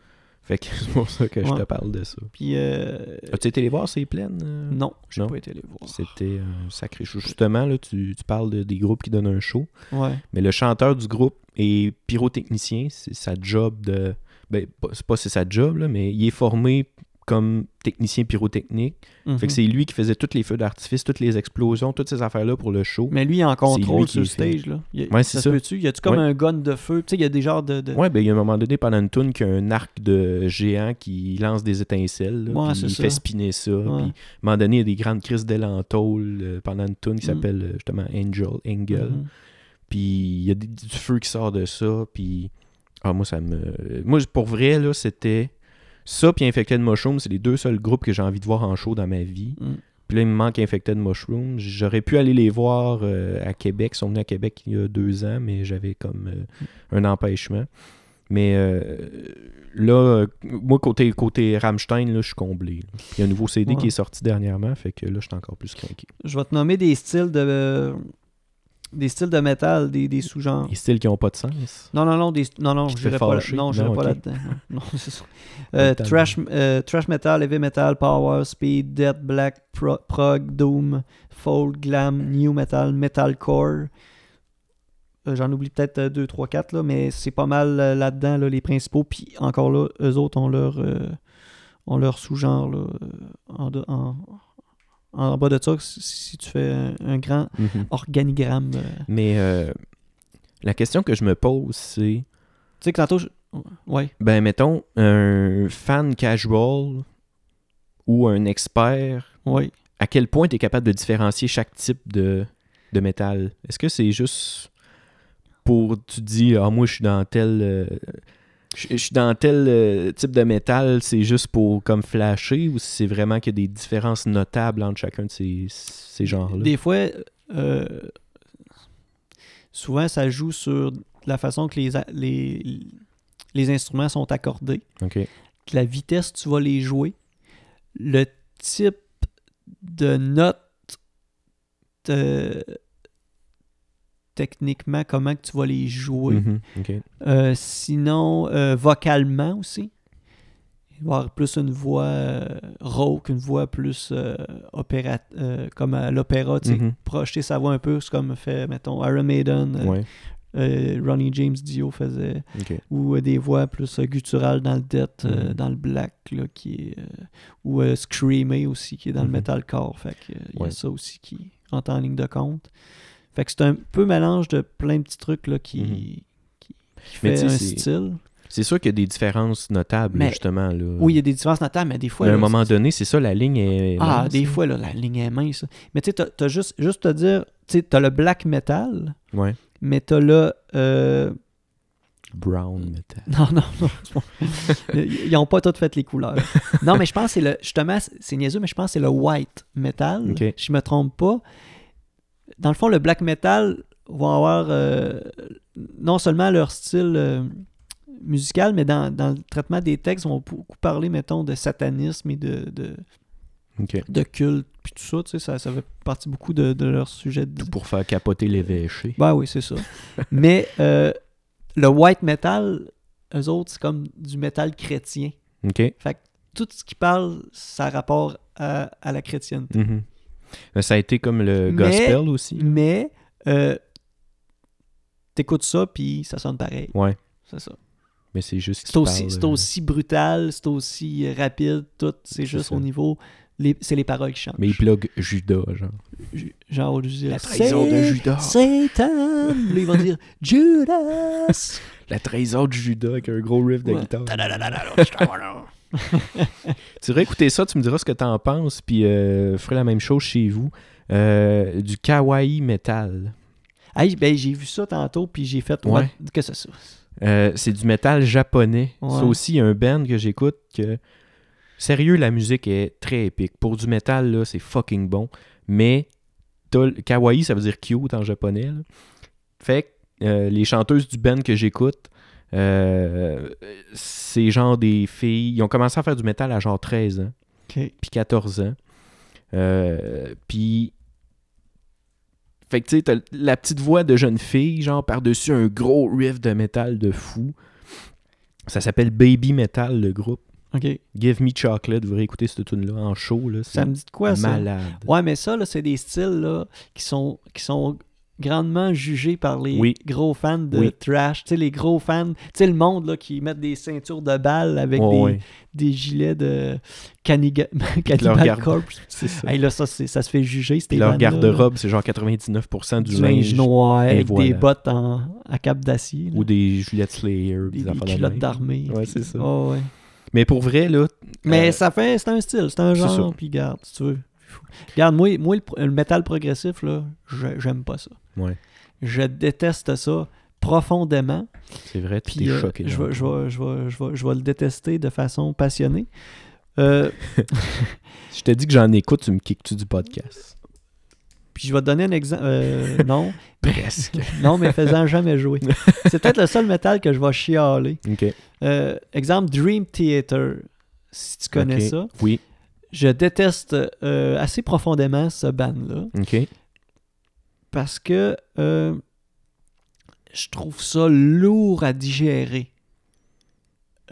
[SPEAKER 2] Fait que c'est pour ça que je
[SPEAKER 1] Ouais.
[SPEAKER 2] te parle de ça.
[SPEAKER 1] Puis, euh,
[SPEAKER 2] As-tu été les voir, c'est pleine? euh?
[SPEAKER 1] non, j'ai
[SPEAKER 2] Non.
[SPEAKER 1] pas été les voir.
[SPEAKER 2] C'était un sacré show. Justement, là, tu, tu parles de- des groupes qui donnent un show,
[SPEAKER 1] Ouais.
[SPEAKER 2] mais le chanteur du groupe est pyrotechnicien. C'est sa job de. Ben, pas- c'est pas c'est sa job, là, mais il est formé comme technicien pyrotechnique. Fait
[SPEAKER 1] Mhm.
[SPEAKER 2] que c'est lui qui faisait tous les feux d'artifice, toutes les explosions, toutes ces affaires-là pour le show.
[SPEAKER 1] Mais lui, il est en
[SPEAKER 2] lui
[SPEAKER 1] contrôle
[SPEAKER 2] qui
[SPEAKER 1] sur le
[SPEAKER 2] le fait.
[SPEAKER 1] stage. Là. Il-
[SPEAKER 2] Ouais, c'est
[SPEAKER 1] se
[SPEAKER 2] ça.
[SPEAKER 1] peut-tu? Y a-tu comme
[SPEAKER 2] Ouais.
[SPEAKER 1] un gun de feu? Tu sais, il y a des genres de. de-
[SPEAKER 2] Ouais, ben, il y a un moment donné pendant une tune qu'il y a un arc de géant qui lance des étincelles, là,
[SPEAKER 1] Ouais,
[SPEAKER 2] puis
[SPEAKER 1] c'est
[SPEAKER 2] il
[SPEAKER 1] ça.
[SPEAKER 2] fait spinner ça.
[SPEAKER 1] Ouais.
[SPEAKER 2] Puis, à un moment donné, il y a des grandes crises d'élantôle euh, pendant une tune qui
[SPEAKER 1] Mm.
[SPEAKER 2] s'appelle euh, justement Angel, Angel.
[SPEAKER 1] Mhm.
[SPEAKER 2] Puis il y a des- du feu qui sort de ça. Puis ah, moi, ça me. Moi, pour vrai, là, c'était. Ça, puis Infected Mushroom, c'est les deux seuls groupes que j'ai envie de voir en show dans ma vie.
[SPEAKER 1] Mm.
[SPEAKER 2] Puis là, il me manque Infected Mushroom. J'aurais pu aller les voir euh, à Québec. Ils sont venus à Québec il y a deux ans, mais j'avais comme euh, un empêchement. Mais euh, là, euh, moi, côté, côté Rammstein, là, je suis comblé. là. Puis Il y a un nouveau CD
[SPEAKER 1] Ouais.
[SPEAKER 2] qui est sorti dernièrement, fait que là, je suis encore plus craqué.
[SPEAKER 1] Je vais te nommer des styles de. euh, des styles de métal, des, des sous-genres.
[SPEAKER 2] Les styles qui n'ont pas de sens.
[SPEAKER 1] Non, non, non, des, non, non,
[SPEAKER 2] Qui te
[SPEAKER 1] je n'irai
[SPEAKER 2] fait
[SPEAKER 1] pas, là-
[SPEAKER 2] fâcher?
[SPEAKER 1] non, j'irai
[SPEAKER 2] Non,
[SPEAKER 1] pas
[SPEAKER 2] ok.
[SPEAKER 1] là-dedans. Non, non, c'est ça. Euh,
[SPEAKER 2] Metal.
[SPEAKER 1] trash, euh, trash metal, heavy metal, power, speed, death, black, pro- prog, doom, fold, glam, new metal, metalcore. Euh, J'en oublie peut-être 2, 3, 4, là, mais c'est pas mal euh, là-dedans, là, les principaux. Puis encore là, eux autres ont leur, euh, ont leur sous-genre là, euh, en, de- en- en bas de ça. Si, si tu fais un, un grand
[SPEAKER 2] Mhm.
[SPEAKER 1] organigramme. euh.
[SPEAKER 2] Mais euh, la question que je me pose, c'est,
[SPEAKER 1] Tu sais que tantôt, je- ouais.
[SPEAKER 2] ben mettons, un fan casual ou un expert,
[SPEAKER 1] Oui.
[SPEAKER 2] à quel point tu es capable de différencier chaque type de, de métal? Est-ce que c'est juste pour, tu dis, ah moi je suis dans tel... euh, je je suis dans tel euh, type de métal, c'est juste pour comme flasher ou si c'est vraiment qu'il y a des différences notables entre chacun de ces, ces genres-là?
[SPEAKER 1] Des fois, euh, souvent, ça joue sur la façon que les, a- les, les instruments sont accordés,
[SPEAKER 2] Ok.
[SPEAKER 1] que la vitesse que tu vas les jouer, le type de note euh, techniquement, comment que tu vas les jouer.
[SPEAKER 2] Mhm. Ok.
[SPEAKER 1] Euh, sinon, euh, vocalement aussi. Il va y avoir plus une voix euh, rauque, une voix plus euh, opéra, euh, comme à l'opéra, tu sais,
[SPEAKER 2] Mhm.
[SPEAKER 1] projeter sa voix un peu, c'est comme fait, mettons, Iron Maiden, euh,
[SPEAKER 2] Ouais.
[SPEAKER 1] euh, Ronnie James Dio faisait,
[SPEAKER 2] Ok.
[SPEAKER 1] ou euh, des voix plus euh, gutturales dans le death, euh,
[SPEAKER 2] Mhm.
[SPEAKER 1] dans le black, là, qui est, euh, ou euh, Screamer aussi, qui est dans
[SPEAKER 2] Mhm.
[SPEAKER 1] le metalcore. Fait que, euh, il y
[SPEAKER 2] Ouais.
[SPEAKER 1] a ça aussi qui rentre en ligne de compte. Fait que c'est un peu mélange de plein de petits trucs là, qui,
[SPEAKER 2] Mhm.
[SPEAKER 1] qui, qui
[SPEAKER 2] Mais
[SPEAKER 1] fait
[SPEAKER 2] tu
[SPEAKER 1] un
[SPEAKER 2] sais, c'est-
[SPEAKER 1] style.
[SPEAKER 2] C'est sûr qu'il y a des différences notables,
[SPEAKER 1] Mais-
[SPEAKER 2] justement. Là.
[SPEAKER 1] Oui, il y a des différences notables, mais des fois.
[SPEAKER 2] Mais à
[SPEAKER 1] là,
[SPEAKER 2] un moment donné, c'est ça, la ligne est.
[SPEAKER 1] Ah,
[SPEAKER 2] mince,
[SPEAKER 1] des
[SPEAKER 2] là.
[SPEAKER 1] fois, là, la ligne est mince. Mais tu sais, t'as- t'as juste, juste te dire, tu sais, t'as le black metal,
[SPEAKER 2] Ouais.
[SPEAKER 1] mais t'as le. euh,
[SPEAKER 2] Brown metal.
[SPEAKER 1] Non, non, non. c'est pas- Ils n'ont pas toutes fait les couleurs. Non, mais je pense que c'est le. Justement, c'est- c'est niaiseux, mais je pense que c'est le white metal.
[SPEAKER 2] Ok.
[SPEAKER 1] Je me trompe pas. Dans le fond, le black metal va avoir euh, non seulement leur style euh, musical, mais dans, dans le traitement des textes, ils vont beaucoup parler, mettons, de satanisme et de, de,
[SPEAKER 2] Ok.
[SPEAKER 1] de culte, puis tout ça, tu sais, ça, ça fait partie beaucoup de, de leur sujet de
[SPEAKER 2] Tout pour faire capoter l'évêché.
[SPEAKER 1] ben oui, c'est ça. Mais euh, le white metal, eux autres, c'est comme du métal chrétien.
[SPEAKER 2] OK.
[SPEAKER 1] Fait que tout ce qu'il parle, ça a rapport à, à la chrétienté.
[SPEAKER 2] Mhm. Mais ça a été comme le
[SPEAKER 1] Mais-
[SPEAKER 2] gospel
[SPEAKER 1] Mm.
[SPEAKER 2] aussi. là.
[SPEAKER 1] Mais euh, t'écoutes ça, puis ça sonne pareil.
[SPEAKER 2] Ouais.
[SPEAKER 1] C'est ça.
[SPEAKER 2] Mais c'est juste.
[SPEAKER 1] C'est
[SPEAKER 2] qu'il
[SPEAKER 1] aussi,
[SPEAKER 2] parle,
[SPEAKER 1] c'est
[SPEAKER 2] euh,
[SPEAKER 1] aussi brutal, c'est aussi euh, rapide, tout. C'est
[SPEAKER 2] C'est
[SPEAKER 1] juste
[SPEAKER 2] ça.
[SPEAKER 1] au niveau. les- C'est les paroles qui changent.
[SPEAKER 2] euh, Mais il plug Judas, genre.
[SPEAKER 1] Ju- Genre, au lieu de dire
[SPEAKER 2] La trahison de Judas.
[SPEAKER 1] Satan. Là, ils vont dire Judas.
[SPEAKER 2] La trahison de Judas avec un gros riff de
[SPEAKER 1] Ouais.
[SPEAKER 2] guitare.
[SPEAKER 1] Ta-da-da-da-da-da.
[SPEAKER 2] Tu devrais écouter ça, tu me diras ce que t'en penses, puis euh, ferai la même chose chez vous. Euh, du kawaii metal.
[SPEAKER 1] Hey, ben, j'ai vu ça tantôt, puis j'ai fait.
[SPEAKER 2] Ouais.
[SPEAKER 1] what- Que c'est ça?
[SPEAKER 2] Euh, c'est du métal japonais.
[SPEAKER 1] Ouais.
[SPEAKER 2] Ça aussi, il y a un band que j'écoute que. Sérieux, la musique est très épique. Pour du métal, là, c'est fucking bon. Mais t'as le- kawaii, ça veut dire cute en japonais. là. Fait que euh, les chanteuses du band que j'écoute, euh, c'est genre des filles. Ils ont commencé à faire du métal à genre 13 ans.
[SPEAKER 1] Ok.
[SPEAKER 2] puis 14 ans. Euh, puis. Fait que tu sais, t'as la petite voix de jeune fille, genre par-dessus un gros riff de métal de fou. Ça s'appelle Baby Metal, le groupe.
[SPEAKER 1] Ok.
[SPEAKER 2] Give Me Chocolate, vous réécoutez cette tune là en show, là.
[SPEAKER 1] Ça
[SPEAKER 2] C'est
[SPEAKER 1] me dit de quoi, ça?
[SPEAKER 2] malade.
[SPEAKER 1] Ouais, mais ça, là, c'est des styles là, qui, sont, qui sont grandement jugés par les
[SPEAKER 2] Oui.
[SPEAKER 1] gros fans de
[SPEAKER 2] Oui.
[SPEAKER 1] trash. Tu sais, les gros fans, tu sais, le monde là, qui mettent des ceintures de balles avec
[SPEAKER 2] Ouais,
[SPEAKER 1] des,
[SPEAKER 2] ouais,
[SPEAKER 1] des gilets de caniga...
[SPEAKER 2] leur
[SPEAKER 1] Cannibal
[SPEAKER 2] garde-
[SPEAKER 1] Corpse.
[SPEAKER 2] c'est ça.
[SPEAKER 1] Hey, là, ça, c'est- ça se fait juger. ces
[SPEAKER 2] Puis leur
[SPEAKER 1] bandes-là, là.
[SPEAKER 2] garde-robe, c'est genre 99% du,
[SPEAKER 1] du linge noir
[SPEAKER 2] Et
[SPEAKER 1] avec des
[SPEAKER 2] voilà.
[SPEAKER 1] bottes en, à cape d'acier. là.
[SPEAKER 2] ou des Juliette Slayer,
[SPEAKER 1] Des,
[SPEAKER 2] des,
[SPEAKER 1] des
[SPEAKER 2] affaires de
[SPEAKER 1] culottes
[SPEAKER 2] même.
[SPEAKER 1] d'armée.
[SPEAKER 2] Ouais,
[SPEAKER 1] puis-
[SPEAKER 2] c'est ça.
[SPEAKER 1] Ah ouais.
[SPEAKER 2] Mais pour vrai, là,
[SPEAKER 1] Mais
[SPEAKER 2] Euh,
[SPEAKER 1] ça fait, c'est un style, c'est un
[SPEAKER 2] c'est
[SPEAKER 1] genre,
[SPEAKER 2] ça.
[SPEAKER 1] puis garde, si tu veux. Regarde, moi, moi le, pro- le métal progressif, là, je- j'aime pas ça.
[SPEAKER 2] Ouais.
[SPEAKER 1] Je déteste ça profondément.
[SPEAKER 2] c'est vrai, tu
[SPEAKER 1] Puis
[SPEAKER 2] t'es
[SPEAKER 1] euh,
[SPEAKER 2] choqué. hein.
[SPEAKER 1] je,
[SPEAKER 2] non?
[SPEAKER 1] vais, je, vais, je, vais, je, vais, je vais le détester de façon passionnée. Euh,
[SPEAKER 2] Si je te dis que j'en écoute, tu me kicks-tu du podcast?
[SPEAKER 1] puis je vais te donner un exemple. euh, non,
[SPEAKER 2] Presque.
[SPEAKER 1] non, mais faisant jamais jouer. C'est peut-être le seul métal que je vais chialer.
[SPEAKER 2] OK.
[SPEAKER 1] Euh, exemple, Dream Theater, si tu connais
[SPEAKER 2] Ok.
[SPEAKER 1] ça.
[SPEAKER 2] Oui.
[SPEAKER 1] Je déteste euh, assez profondément ce band-là.
[SPEAKER 2] OK.
[SPEAKER 1] parce que euh, je trouve ça lourd à digérer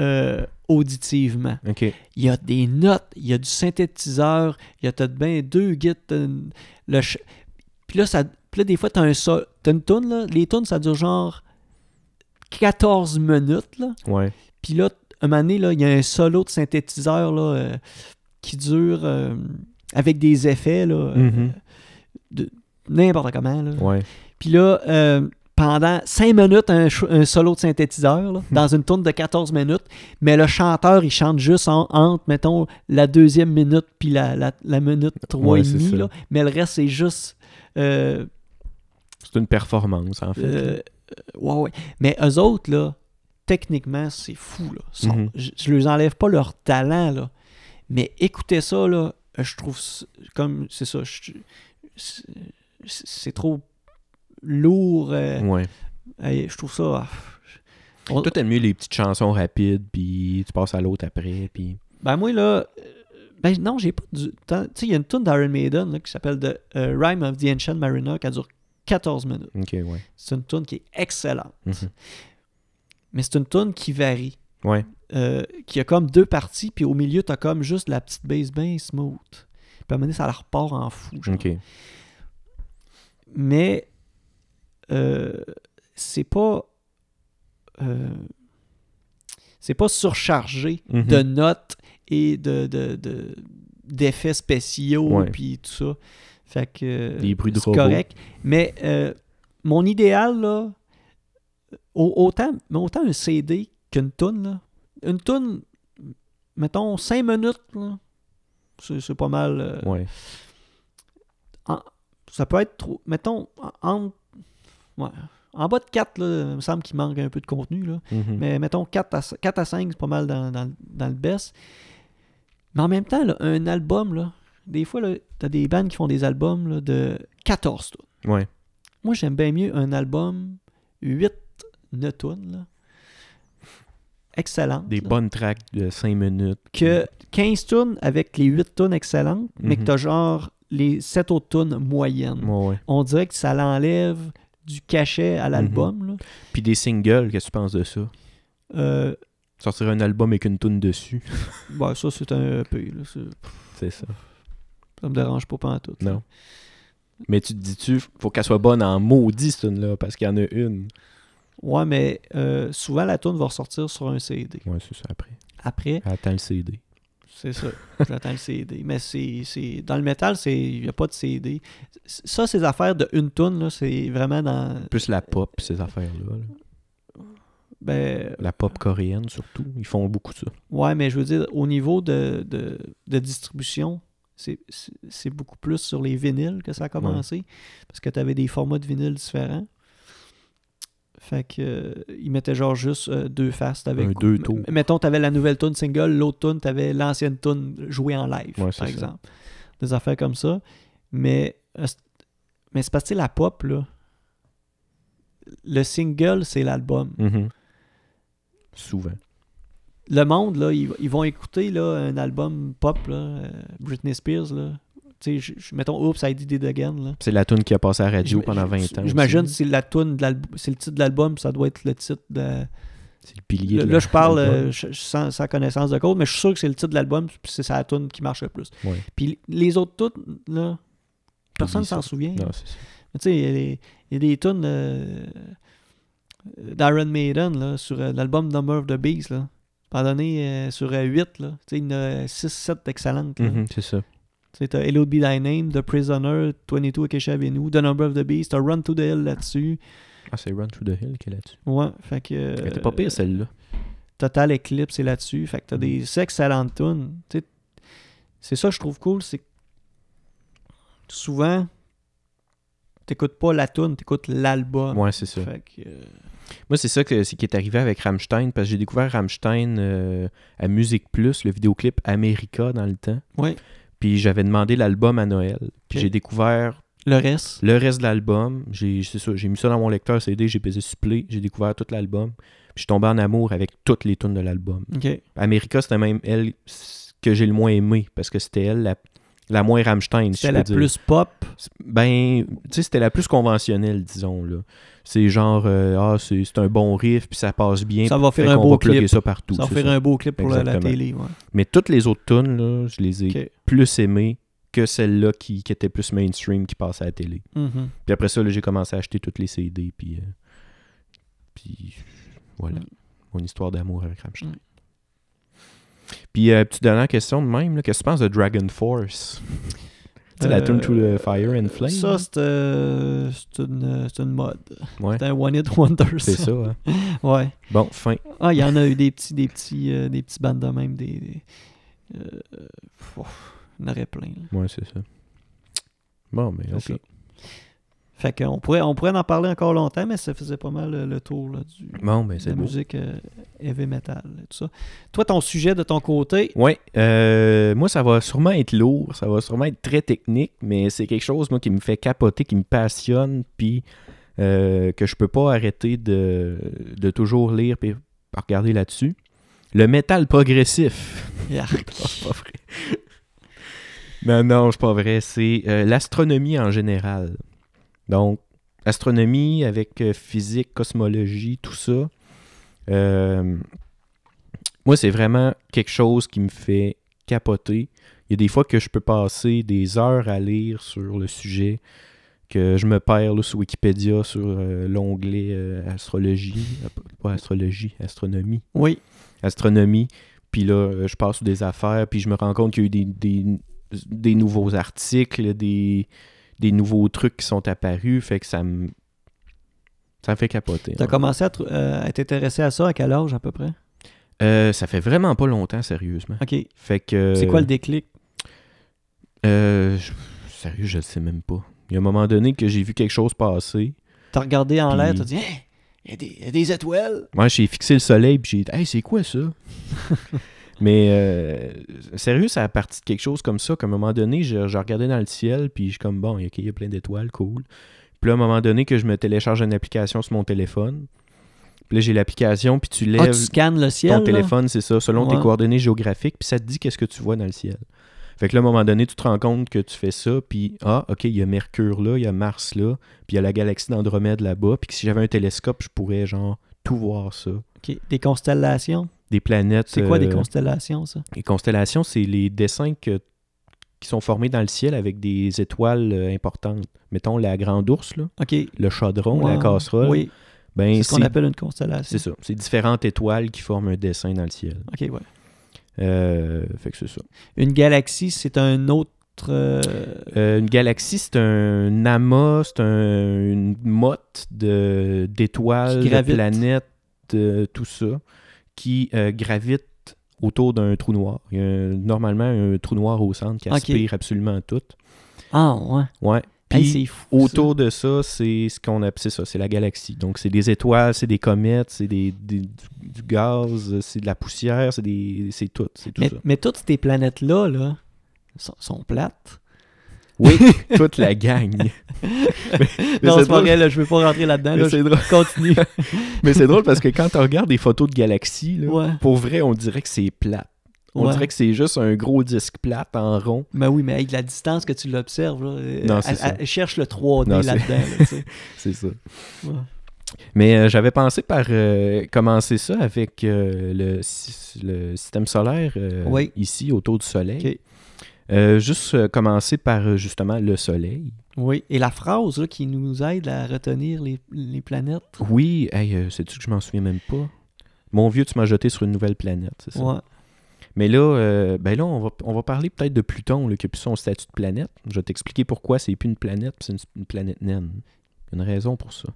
[SPEAKER 1] euh, auditivement.
[SPEAKER 2] OK.
[SPEAKER 1] Il y a des notes, il y a du synthétiseur, il y a t'as de ben deux guides, t'as une- le ch- puis là, ça, puis là, des fois, t'as un sol, t'as une toune, là, les tunes, ça dure genre 14 minutes, là.
[SPEAKER 2] Ouais.
[SPEAKER 1] Puis là, un moment donné, là, il y a un solo de synthétiseur là, euh, qui dure euh, avec des effets, là, euh,
[SPEAKER 2] Mhm.
[SPEAKER 1] de- n'importe comment. Là.
[SPEAKER 2] Ouais.
[SPEAKER 1] Puis là, euh, pendant 5 minutes, un, ch- un solo de synthétiseur, là, dans une tourne de 14 minutes, mais le chanteur, il chante juste en- entre, mettons, la deuxième minute puis la, la, la minute 3
[SPEAKER 2] Ouais,
[SPEAKER 1] et
[SPEAKER 2] c'est
[SPEAKER 1] demie,
[SPEAKER 2] ça.
[SPEAKER 1] là. mais le reste, c'est juste... euh,
[SPEAKER 2] C'est une performance, en fait.
[SPEAKER 1] euh, ouais, ouais. Mais eux autres, là, techniquement, c'est fou. Là. Ils sont-
[SPEAKER 2] Mhm.
[SPEAKER 1] je, je leur enlève pas leur talent, là. Mais écoutez ça, là, je trouve c- comme c'est ça. je- c'est c'est trop lourd. euh,
[SPEAKER 2] Ouais.
[SPEAKER 1] euh, je trouve ça. ah, on-
[SPEAKER 2] Toi, t'aimes mieux les petites chansons rapides, puis tu passes à l'autre après, puis...
[SPEAKER 1] ben moi là. euh, Ben non, j'ai pas du temps. Tu sais, il y a une tune d'Iron Maiden là, qui s'appelle The euh, Rhyme of the Ancient Mariner qui dure 14 minutes.
[SPEAKER 2] OK, ouais.
[SPEAKER 1] C'est une tune qui est excellente.
[SPEAKER 2] Mhm.
[SPEAKER 1] Mais c'est une tune qui varie.
[SPEAKER 2] Ouais.
[SPEAKER 1] euh, qui a comme deux parties, puis au milieu, t'as comme juste la petite base bien smooth. Puis à un moment donné, ça la repart en fou. genre.
[SPEAKER 2] OK.
[SPEAKER 1] Mais euh, c'est pas. euh, c'est pas surchargé
[SPEAKER 2] Mhm.
[SPEAKER 1] de notes et de, de- de- d'effets spéciaux
[SPEAKER 2] Ouais.
[SPEAKER 1] puis tout ça. Fait que euh,
[SPEAKER 2] Des bruits de
[SPEAKER 1] c'est
[SPEAKER 2] robots.
[SPEAKER 1] correct. Mais euh, mon idéal, là, au- autant, mais autant un CD qu'une toune, là. Une toune, mettons, 5 minutes, là, c'est, c'est pas mal. euh,
[SPEAKER 2] Ouais.
[SPEAKER 1] Ça peut être, trop, mettons, en, en- ouais, en bas de 4, là, il me semble qu'il manque un peu de contenu, là.
[SPEAKER 2] Mhm.
[SPEAKER 1] Mais mettons 4 à, 4 à 5, c'est pas mal dans, dans- dans le best. Mais en même temps, là, un album, là, des fois, là, t'as des bands qui font des albums là, de 14 tunes.
[SPEAKER 2] Ouais.
[SPEAKER 1] Moi, j'aime bien mieux un album 8, 9 tunes. là. Excellent.
[SPEAKER 2] Des
[SPEAKER 1] là,
[SPEAKER 2] bonnes tracks de 5 minutes.
[SPEAKER 1] Que 15 tunes avec les 8 tunes excellentes, mais que
[SPEAKER 2] Mhm.
[SPEAKER 1] t'as genre les 7 autres tunes moyennes.
[SPEAKER 2] Ouais, ouais.
[SPEAKER 1] On dirait que ça l'enlève du cachet à l'album. là.
[SPEAKER 2] Mm-hmm. Puis des singles, qu'est-ce que tu penses de ça?
[SPEAKER 1] Euh,
[SPEAKER 2] Sortir un album avec une tune dessus.
[SPEAKER 1] Bon, ça, c'est un EP. Là. c'est-
[SPEAKER 2] C'est ça.
[SPEAKER 1] Ça me dérange pas pendant tout.
[SPEAKER 2] Non. Mais tu te dis-tu, faut qu'elle soit bonne en maudit, cette tune-là, parce qu'il y en a une.
[SPEAKER 1] Ouais, mais euh, souvent, la tune va ressortir sur un CD.
[SPEAKER 2] Ouais, c'est ça, après.
[SPEAKER 1] Après,
[SPEAKER 2] Attends le CD.
[SPEAKER 1] c'est ça. J'attends le CD. Mais c'est, c'est- dans le métal, c'est- il n'y a pas de CD. Ça, ces affaires de une tune, là, c'est vraiment dans.
[SPEAKER 2] Plus la pop, ces affaires-là. là.
[SPEAKER 1] Ben,
[SPEAKER 2] La pop coréenne, surtout. Ils font beaucoup ça.
[SPEAKER 1] ouais, mais je veux dire, au niveau de, de, de distribution, c'est, c'est- c'est beaucoup plus sur les vinyles que ça a commencé. Parce que tu avais des formats de vinyles différents. Fait que euh, ils mettaient genre juste euh, deux faces. T'avais
[SPEAKER 2] Un
[SPEAKER 1] cou-
[SPEAKER 2] deux
[SPEAKER 1] m-
[SPEAKER 2] tours.
[SPEAKER 1] Mettons, t'avais la nouvelle tune single, l'autre tune, t'avais l'ancienne tune jouée en live,
[SPEAKER 2] Ouais,
[SPEAKER 1] par
[SPEAKER 2] c'est ça.
[SPEAKER 1] exemple. Des affaires comme ça. Mais, euh, c'est- mais c'est parce que tu sais, la pop, là. Le single, c'est l'album.
[SPEAKER 2] Souvent.
[SPEAKER 1] Le monde, là, ils, ils vont écouter là, un album pop, là, euh, Britney Spears, là. Tu sais, je- je- mettons Oops, I Did It Again, là.
[SPEAKER 2] C'est la tune qui a passé à la radio
[SPEAKER 1] J'im-
[SPEAKER 2] pendant
[SPEAKER 1] j-
[SPEAKER 2] 20 ans.
[SPEAKER 1] J'imagine
[SPEAKER 2] aussi.
[SPEAKER 1] c'est la toune de l'album, c'est le titre de l'album, ça doit être le titre de.
[SPEAKER 2] C'est le pilier.
[SPEAKER 1] là,
[SPEAKER 2] de
[SPEAKER 1] là, je parle
[SPEAKER 2] l'album.
[SPEAKER 1] euh, je- je- sans, sans connaissance de cause, mais je suis sûr que c'est le titre de l'album, puis c'est sa tune qui marche le plus.
[SPEAKER 2] Ouais.
[SPEAKER 1] Puis les autres tunes, là, personne
[SPEAKER 2] Oublie
[SPEAKER 1] s'en
[SPEAKER 2] ça.
[SPEAKER 1] souvient.
[SPEAKER 2] Non,
[SPEAKER 1] là.
[SPEAKER 2] c'est ça.
[SPEAKER 1] Mais Tu sais, il y a des- il y, a des tunes euh, euh, d'Iron Maiden là, sur euh, l'album Number of the Beast. Là. À un moment donné, euh, sur 8, là, tu sais, il y en a 6-7 excellentes. là.
[SPEAKER 2] Mhm, c'est ça.
[SPEAKER 1] Tu sais, t'as Hello Be Thy Name, The Prisoner, 22 Acacia Avenue, The Number of the Beast, t'as Run to the Hill là-dessus.
[SPEAKER 2] Ah, c'est Run Through the Hill qui est là-dessus.
[SPEAKER 1] Ouais, fait que. euh,
[SPEAKER 2] Elle était pas pire, celle-là.
[SPEAKER 1] Total Eclipse est là-dessus. Fait que t'as
[SPEAKER 2] Mm.
[SPEAKER 1] des excellentes tunes. Tu sais, C'est ça que je trouve cool, c'est que souvent, t'écoutes pas la tune, t'écoutes l'album.
[SPEAKER 2] Ouais, c'est ça.
[SPEAKER 1] Fait que, euh,
[SPEAKER 2] Moi, c'est ça que, c'est qui est arrivé avec Rammstein, parce que j'ai découvert Rammstein euh, à Musique Plus, le vidéoclip America dans le temps.
[SPEAKER 1] Ouais.
[SPEAKER 2] Puis j'avais demandé l'album à Noël. Puis
[SPEAKER 1] Ok.
[SPEAKER 2] j'ai découvert
[SPEAKER 1] le reste,
[SPEAKER 2] le reste de l'album. J'ai, c'est ça, j'ai mis ça dans mon lecteur CD, j'ai pesé supplé, j'ai découvert tout l'album. Puis je suis tombé en amour avec toutes les tunes de l'album.
[SPEAKER 1] ok.
[SPEAKER 2] America, c'était même elle c- que j'ai le moins aimé, parce que c'était elle la, la moins Rammstein, si
[SPEAKER 1] C'était
[SPEAKER 2] je
[SPEAKER 1] la
[SPEAKER 2] peux dire.
[SPEAKER 1] plus pop.
[SPEAKER 2] Ben, tu sais, c'était la plus conventionnelle, disons, là. C'est genre, euh, ah, c'est c'est un bon riff, puis ça passe bien.
[SPEAKER 1] Ça va
[SPEAKER 2] puis
[SPEAKER 1] faire un
[SPEAKER 2] qu'on
[SPEAKER 1] beau
[SPEAKER 2] va plugger
[SPEAKER 1] clip.
[SPEAKER 2] ça partout.
[SPEAKER 1] Ça va
[SPEAKER 2] c'est
[SPEAKER 1] faire
[SPEAKER 2] ça.
[SPEAKER 1] un beau clip pour la, la
[SPEAKER 2] Exactement.
[SPEAKER 1] télé. Ouais.
[SPEAKER 2] Mais toutes les autres tunes, là, je les ai
[SPEAKER 1] Ok.
[SPEAKER 2] plus aimées que celle-là qui, qui était plus mainstream, qui passait à la télé.
[SPEAKER 1] Mhm.
[SPEAKER 2] Puis après ça, là, j'ai commencé à acheter toutes les CD, puis... euh, puis voilà.
[SPEAKER 1] Mm.
[SPEAKER 2] Mon histoire d'amour avec Rammstein.
[SPEAKER 1] Mm.
[SPEAKER 2] Puis, euh, petite dernière question de même, là, qu'est-ce que tu penses de Dragon Force? Tu sais, la tune Through the Fire and Flame?
[SPEAKER 1] Euh, Ça, c'est euh, c'est une, c'est une mode.
[SPEAKER 2] Ouais,
[SPEAKER 1] C'est un One Hit Wonder,
[SPEAKER 2] c'est
[SPEAKER 1] ça.
[SPEAKER 2] ça. hein.
[SPEAKER 1] Ouais.
[SPEAKER 2] Bon, fin.
[SPEAKER 1] Ah, il y en a eu des petits, des petits, euh, des petits bandes de même, des. des- euh, euh, ouf, il y en aurait plein. là.
[SPEAKER 2] Ouais, c'est ça. Bon, mais
[SPEAKER 1] C'est
[SPEAKER 2] ok.
[SPEAKER 1] ça. Fait qu'on pourrait, on pourrait en parler encore longtemps, mais ça faisait pas mal euh, le tour là, du,
[SPEAKER 2] Bon, ben
[SPEAKER 1] de
[SPEAKER 2] c'est
[SPEAKER 1] la
[SPEAKER 2] beau.
[SPEAKER 1] musique euh, heavy metal et tout ça. Toi, ton sujet de ton côté,
[SPEAKER 2] Ouais, euh, moi ça va sûrement être lourd, ça va sûrement être très technique, mais c'est quelque chose moi qui me fait capoter, qui me passionne, puis euh, que je peux pas arrêter de, de toujours lire puis regarder là-dessus. Le métal progressif.
[SPEAKER 1] Yark.
[SPEAKER 2] Non, c'est pas vrai. non, non, c'est pas vrai. C'est euh, l'astronomie en général. Donc, astronomie avec euh, physique, cosmologie, tout ça. Euh, moi, c'est vraiment quelque chose qui me fait capoter. Il y a des fois que je peux passer des heures à lire sur le sujet, que je me perds là, sur Wikipédia, sur euh, l'onglet euh, astrologie, Euh, pas- pas astrologie, astronomie
[SPEAKER 1] oui,
[SPEAKER 2] astronomie. Puis là, euh, je passe sur des affaires, puis je me rends compte qu'il y a eu des, des- des nouveaux articles, des, des nouveaux trucs qui sont apparus. Fait que ça me. Ça me fait capoter.
[SPEAKER 1] t'as
[SPEAKER 2] hein.
[SPEAKER 1] commencé à, tr- euh, à t'intéresser à ça à quel âge à peu près?
[SPEAKER 2] Euh, ça fait vraiment pas longtemps, sérieusement.
[SPEAKER 1] Ok.
[SPEAKER 2] Fait que.
[SPEAKER 1] C'est quoi le déclic?
[SPEAKER 2] euh, je- Sérieux, je le sais même pas. Il y a un moment donné que j'ai vu quelque chose passer.
[SPEAKER 1] T'as regardé en
[SPEAKER 2] puis-
[SPEAKER 1] l'air, t'as dit Hein? Il y, a des- il y a des étoiles!
[SPEAKER 2] Moi, j'ai fixé le soleil, puis j'ai dit, hey, c'est quoi ça? Mais euh, sérieux, ça a parti de quelque chose comme ça. Qu'à un moment donné, je, je regardais dans le ciel, puis je suis comme, bon, ok, il y a plein d'étoiles, cool. Puis là, à un moment donné, que je me télécharge une application sur mon téléphone. Puis là, j'ai l'application, puis tu
[SPEAKER 1] Ah,
[SPEAKER 2] lèves
[SPEAKER 1] tu scannes le ciel.
[SPEAKER 2] ton
[SPEAKER 1] là?
[SPEAKER 2] téléphone, c'est ça, selon tes
[SPEAKER 1] Ouais.
[SPEAKER 2] coordonnées géographiques, puis ça te dit qu'est-ce que tu vois dans le ciel. Fait que là, à un moment donné, tu te rends compte que tu fais ça, puis ah, ok, il y a Mercure là, il y a Mars là, puis il y a la galaxie d'Andromède là-bas, puis que si j'avais un télescope, je pourrais genre tout voir ça.
[SPEAKER 1] Ok. Des constellations.
[SPEAKER 2] des planètes.
[SPEAKER 1] C'est quoi des
[SPEAKER 2] euh,
[SPEAKER 1] constellations, ça?
[SPEAKER 2] Les constellations, c'est les dessins que- qui sont formés dans le ciel avec des étoiles euh, importantes. Mettons la grande ours, là,
[SPEAKER 1] OK.
[SPEAKER 2] le chaudron, la
[SPEAKER 1] Ouais,
[SPEAKER 2] casserole.
[SPEAKER 1] Oui,
[SPEAKER 2] ben,
[SPEAKER 1] c'est ce qu'on
[SPEAKER 2] c'est-
[SPEAKER 1] appelle une
[SPEAKER 2] C'est
[SPEAKER 1] constellation.
[SPEAKER 2] ça. C'est différentes étoiles qui forment un dessin dans le ciel.
[SPEAKER 1] OK, ouais.
[SPEAKER 2] Euh, fait que c'est ça.
[SPEAKER 1] Une galaxie, c'est un autre... euh,
[SPEAKER 2] Euh, une galaxie, c'est un amas, c'est un- une motte de- d'étoiles,
[SPEAKER 1] Qui
[SPEAKER 2] de
[SPEAKER 1] gravite.
[SPEAKER 2] planètes, de tout ça, qui euh, gravite autour d'un trou noir. Il y a un- normalement un trou noir au centre qui
[SPEAKER 1] Ok.
[SPEAKER 2] aspire absolument tout.
[SPEAKER 1] Ah, ouais.
[SPEAKER 2] Ouais. Puis,
[SPEAKER 1] Hey, c'est fou, ça.
[SPEAKER 2] Autour de ça, c'est ce qu'on appelle c'est ça, c'est la galaxie. Donc, c'est des étoiles, c'est des comètes, c'est des, des- du, du gaz, c'est de la poussière, c'est des, c'est tout, c'est tout
[SPEAKER 1] Mais,
[SPEAKER 2] ça.
[SPEAKER 1] mais toutes ces planètes-là, là, sont, sont plates.
[SPEAKER 2] Oui, toute la gang. Mais
[SPEAKER 1] non,
[SPEAKER 2] c'est
[SPEAKER 1] c'est pas
[SPEAKER 2] drôle.
[SPEAKER 1] vrai, là, je veux pas rentrer là-dedans.
[SPEAKER 2] Mais
[SPEAKER 1] Là,
[SPEAKER 2] c'est
[SPEAKER 1] je continue.
[SPEAKER 2] Mais c'est drôle parce que quand on regarde des photos de galaxies, là,
[SPEAKER 1] ouais.
[SPEAKER 2] pour vrai, on dirait que c'est plat. On
[SPEAKER 1] ouais.
[SPEAKER 2] dirait que c'est juste un gros disque plat en rond.
[SPEAKER 1] Mais oui, mais avec la distance que tu l'observes, là, euh,
[SPEAKER 2] Non, c'est
[SPEAKER 1] elle-
[SPEAKER 2] ça.
[SPEAKER 1] elle cherche le 3D
[SPEAKER 2] Non, c'est-
[SPEAKER 1] là-dedans. là, tu sais.
[SPEAKER 2] C'est ça.
[SPEAKER 1] Ouais.
[SPEAKER 2] Mais euh, j'avais pensé par euh, commencer ça avec euh, le, sy- le système solaire euh,
[SPEAKER 1] Oui.
[SPEAKER 2] ici autour du Soleil.
[SPEAKER 1] Ok.
[SPEAKER 2] Euh, juste euh, commencer par euh, justement le Soleil.
[SPEAKER 1] Oui, et la phrase là, qui nous aide à retenir les, les planètes.
[SPEAKER 2] Oui, hey, euh, sais-tu que je m'en souviens même pas? Mon vieux, tu m'as jeté sur une nouvelle planète, c'est ça?
[SPEAKER 1] Ouais.
[SPEAKER 2] Mais là, euh, ben là on, va, on va parler peut-être de Pluton, là, qui a plus son statut de planète. Je vais t'expliquer pourquoi c'est plus une planète, puis c'est une, une planète naine. Il y a une raison pour ça.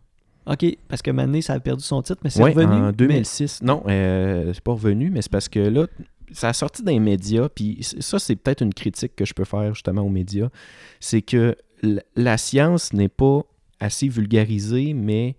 [SPEAKER 1] OK, parce que Mané, ça a perdu son titre, mais c'est
[SPEAKER 2] Ouais,
[SPEAKER 1] revenu.
[SPEAKER 2] en
[SPEAKER 1] mais-
[SPEAKER 2] 2006. Non, euh, c'est pas revenu, mais c'est parce que là, ça a sorti dans les médias, puis c- ça, c'est peut-être une critique que je peux faire justement aux médias, c'est que l- la science n'est pas assez vulgarisée, mais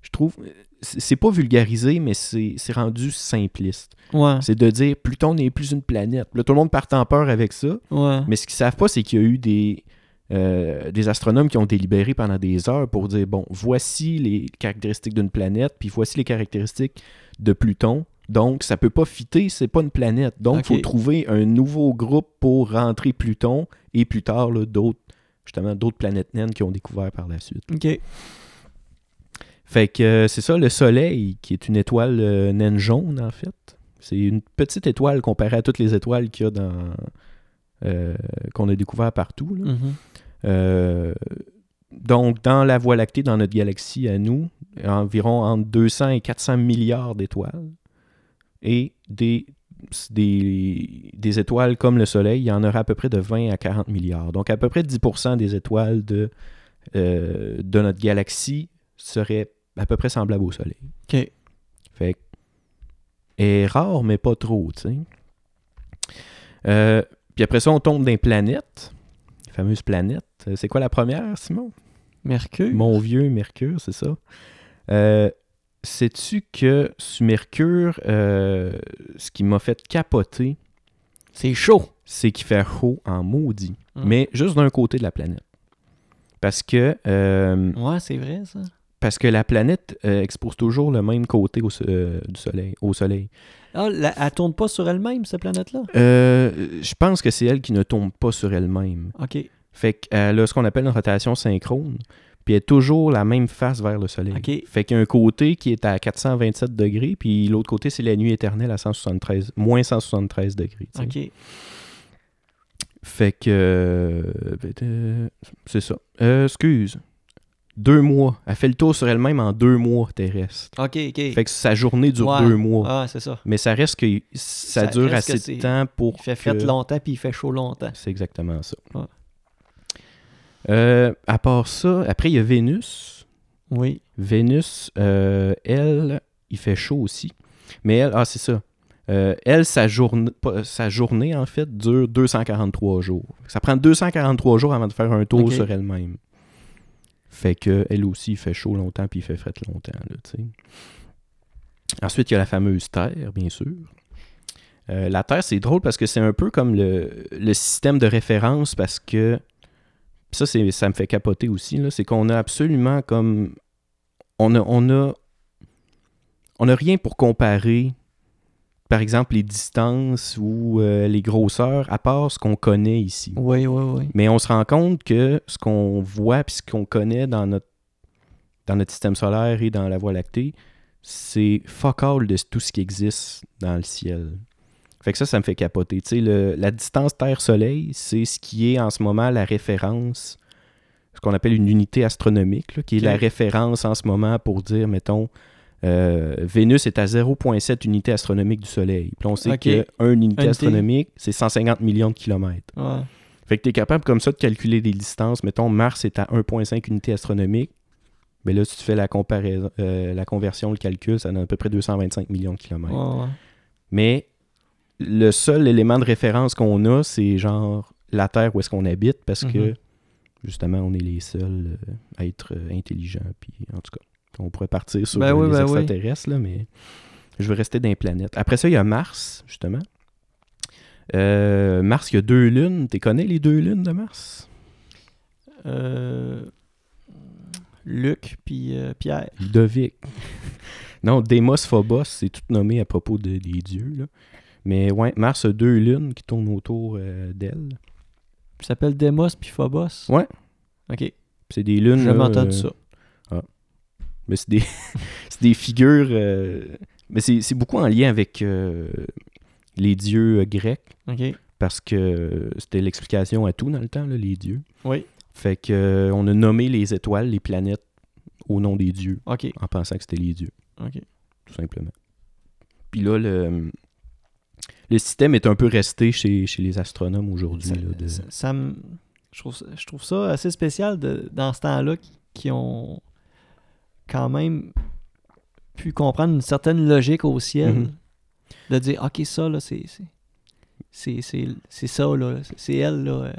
[SPEAKER 2] je trouve... c'est- C'est pas vulgarisé, mais c'est c'est rendu simpliste.
[SPEAKER 1] Ouais,
[SPEAKER 2] C'est de dire « Pluton n'est plus une planète ». Là, tout le monde part en peur avec ça,
[SPEAKER 1] ouais.
[SPEAKER 2] mais ce qu'ils savent pas, c'est qu'il y a eu des, euh, des astronomes qui ont délibéré pendant des heures pour dire bon, voici les caractéristiques d'une planète, puis voici les caractéristiques de Pluton. Donc, ça peut pas fitter, c'est pas une planète. Donc, il
[SPEAKER 1] Ok.
[SPEAKER 2] faut trouver un nouveau groupe pour rentrer Pluton et plus tard, là, d'autres, justement, d'autres planètes naines qui ont découvert par la suite.
[SPEAKER 1] OK.
[SPEAKER 2] Fait que euh, c'est ça, le Soleil, qui est une étoile euh, naine jaune, en fait. C'est une petite étoile comparée à toutes les étoiles qu'il y a dans. euh, qu'on a découvert partout. là.
[SPEAKER 1] Mhm.
[SPEAKER 2] Euh, donc, dans la Voie lactée, dans notre galaxie à nous, il y a environ entre 200 et 400 milliards d'étoiles. Et des, des, des étoiles comme le Soleil, il y en aura à peu près de 20 à 40 milliards. Donc, à peu près 10% des étoiles de, euh, de notre galaxie seraient à peu près semblables au Soleil.
[SPEAKER 1] OK.
[SPEAKER 2] Fait que, est rare, mais pas trop, tu sais. Euh, puis après ça, on tombe dans les planètes. Les fameuses planètes. Euh, C'est quoi la première, Simon?
[SPEAKER 1] Mercure.
[SPEAKER 2] Mon vieux Mercure, c'est ça. Euh, Sais-tu que sur Mercure, euh, ce qui m'a fait capoter,
[SPEAKER 1] C'est chaud.
[SPEAKER 2] c'est qu'il fait haut en maudit.
[SPEAKER 1] Mm.
[SPEAKER 2] Mais juste d'un côté de la planète. Parce que, euh,
[SPEAKER 1] Ouais, c'est vrai, ça.
[SPEAKER 2] parce que la planète euh, expose toujours le même côté au, so- euh, du soleil, au soleil.
[SPEAKER 1] Ah, la- elle tourne pas sur elle-même, cette planète-là?
[SPEAKER 2] Euh, je pense que c'est elle qui ne tombe pas sur elle-même.
[SPEAKER 1] OK.
[SPEAKER 2] Fait qu'elle a ce qu'on appelle une rotation synchrone, puis elle est toujours la même face vers le soleil.
[SPEAKER 1] Ok.
[SPEAKER 2] Fait qu'il y a un côté qui est à 427 degrés, puis l'autre côté, c'est la nuit éternelle à 173, moins 173 degrés. tu sais.
[SPEAKER 1] OK.
[SPEAKER 2] Fait que... euh, ben, euh, c'est ça. Euh, excuse. Deux mois. Elle fait le tour sur elle-même en deux mois terrestre.
[SPEAKER 1] OK, OK.
[SPEAKER 2] Fait que oh. sa journée dure
[SPEAKER 1] Ouais.
[SPEAKER 2] deux mois.
[SPEAKER 1] Ah, c'est ça.
[SPEAKER 2] Mais ça reste que
[SPEAKER 1] Ça
[SPEAKER 2] ça, dure
[SPEAKER 1] reste que
[SPEAKER 2] assez
[SPEAKER 1] c'est-
[SPEAKER 2] de temps pour
[SPEAKER 1] Il fait
[SPEAKER 2] que...
[SPEAKER 1] fret longtemps, puis il fait chaud longtemps.
[SPEAKER 2] C'est exactement ça.
[SPEAKER 1] Ouais.
[SPEAKER 2] Euh, à part ça, après, il y a Vénus.
[SPEAKER 1] Oui.
[SPEAKER 2] Vénus, euh, elle, il fait chaud aussi. Mais elle, ah, c'est ça. Euh, elle, sa, journa- pas- sa journée, en fait, dure 243 jours. Ça prend 243 jours avant de faire un tour
[SPEAKER 1] Ok.
[SPEAKER 2] sur elle-même. Fait que elle aussi, il fait chaud longtemps, puis il fait fret longtemps, là, tu sais. Ensuite, il y a la fameuse Terre, bien sûr. Euh, la Terre, c'est drôle parce que c'est un peu comme le, le système de référence parce que pis ça, c'est, ça me fait capoter aussi, là, c'est qu'on a absolument comme on a on a on a rien pour comparer, par exemple, les distances ou euh, les grosseurs, à part ce qu'on connaît ici.
[SPEAKER 1] Oui, oui, oui.
[SPEAKER 2] Mais on se rend compte que ce qu'on voit puis ce qu'on connaît dans notre, dans notre système solaire et dans la Voie lactée, c'est fuck all de tout ce qui existe dans le ciel. Fait que ça, ça me fait capoter. Tu sais, le- la distance Terre-Soleil, c'est ce qui est en ce moment la référence, ce qu'on appelle une unité astronomique, là, qui
[SPEAKER 1] Ok.
[SPEAKER 2] est la référence en ce moment pour dire, mettons, euh, Vénus est à 0,7 unité astronomique du Soleil. Puis on sait
[SPEAKER 1] Ok.
[SPEAKER 2] que 1 unité
[SPEAKER 1] Unité.
[SPEAKER 2] astronomique, c'est 150 millions de kilomètres.
[SPEAKER 1] Ouais.
[SPEAKER 2] Fait que tu es capable comme ça de calculer des distances. Mettons, Mars est à 1,5 unités astronomiques. Mais là, si tu fais la, comparaison, euh, la conversion, le calcul, ça donne à peu près 225 millions de kilomètres.
[SPEAKER 1] ouais, ouais.
[SPEAKER 2] Mais le seul élément de référence qu'on a, c'est genre la Terre où est-ce qu'on habite, parce que
[SPEAKER 1] Mhm.
[SPEAKER 2] justement, on est les seuls euh, à être euh, intelligents. Puis en tout cas, on pourrait partir sur
[SPEAKER 1] Ben
[SPEAKER 2] euh,
[SPEAKER 1] oui,
[SPEAKER 2] les
[SPEAKER 1] ben oui.
[SPEAKER 2] extraterrestres, là, mais je veux rester dans les planètes. Après ça, il y a Mars, justement. Euh, Mars, il y a deux lunes. Tu connais les deux lunes de Mars?
[SPEAKER 1] Euh, Luc puis euh, Pierre.
[SPEAKER 2] Ludovic. non, Demos Phobos, c'est tout nommé à propos de- des dieux. là. Mais ouais, Mars a deux lunes qui tournent autour euh, d'elle.
[SPEAKER 1] Il s'appelle Demos puis Phobos.
[SPEAKER 2] Ouais.
[SPEAKER 1] Ok.
[SPEAKER 2] Puis C'est des lunes.
[SPEAKER 1] J'ai
[SPEAKER 2] là,
[SPEAKER 1] jamais entendu
[SPEAKER 2] euh,
[SPEAKER 1] ça.
[SPEAKER 2] Mais c'est des, c'est des figures. euh, mais c'est c'est beaucoup en lien avec euh, les dieux euh, grecs,
[SPEAKER 1] Ok.
[SPEAKER 2] parce que euh, c'était l'explication à tout dans le temps, là, les dieux.
[SPEAKER 1] Oui.
[SPEAKER 2] Fait que euh, on a nommé les étoiles, les planètes, au nom des dieux,
[SPEAKER 1] Ok.
[SPEAKER 2] en pensant que c'était les dieux,
[SPEAKER 1] Ok.
[SPEAKER 2] tout simplement. Puis là, le, le système est un peu resté chez, chez les astronomes aujourd'hui.
[SPEAKER 1] Ça,
[SPEAKER 2] là, de-
[SPEAKER 1] ça- ça me- je, trouve, ça- je trouve ça assez spécial de- dans ce temps-là qui, qui ont quand même pu comprendre une certaine logique au ciel.
[SPEAKER 2] Mhm.
[SPEAKER 1] De dire, OK, ça, là, c'est. c'est- C'est c'est- c'est ça, là. C'est elle, là. euh,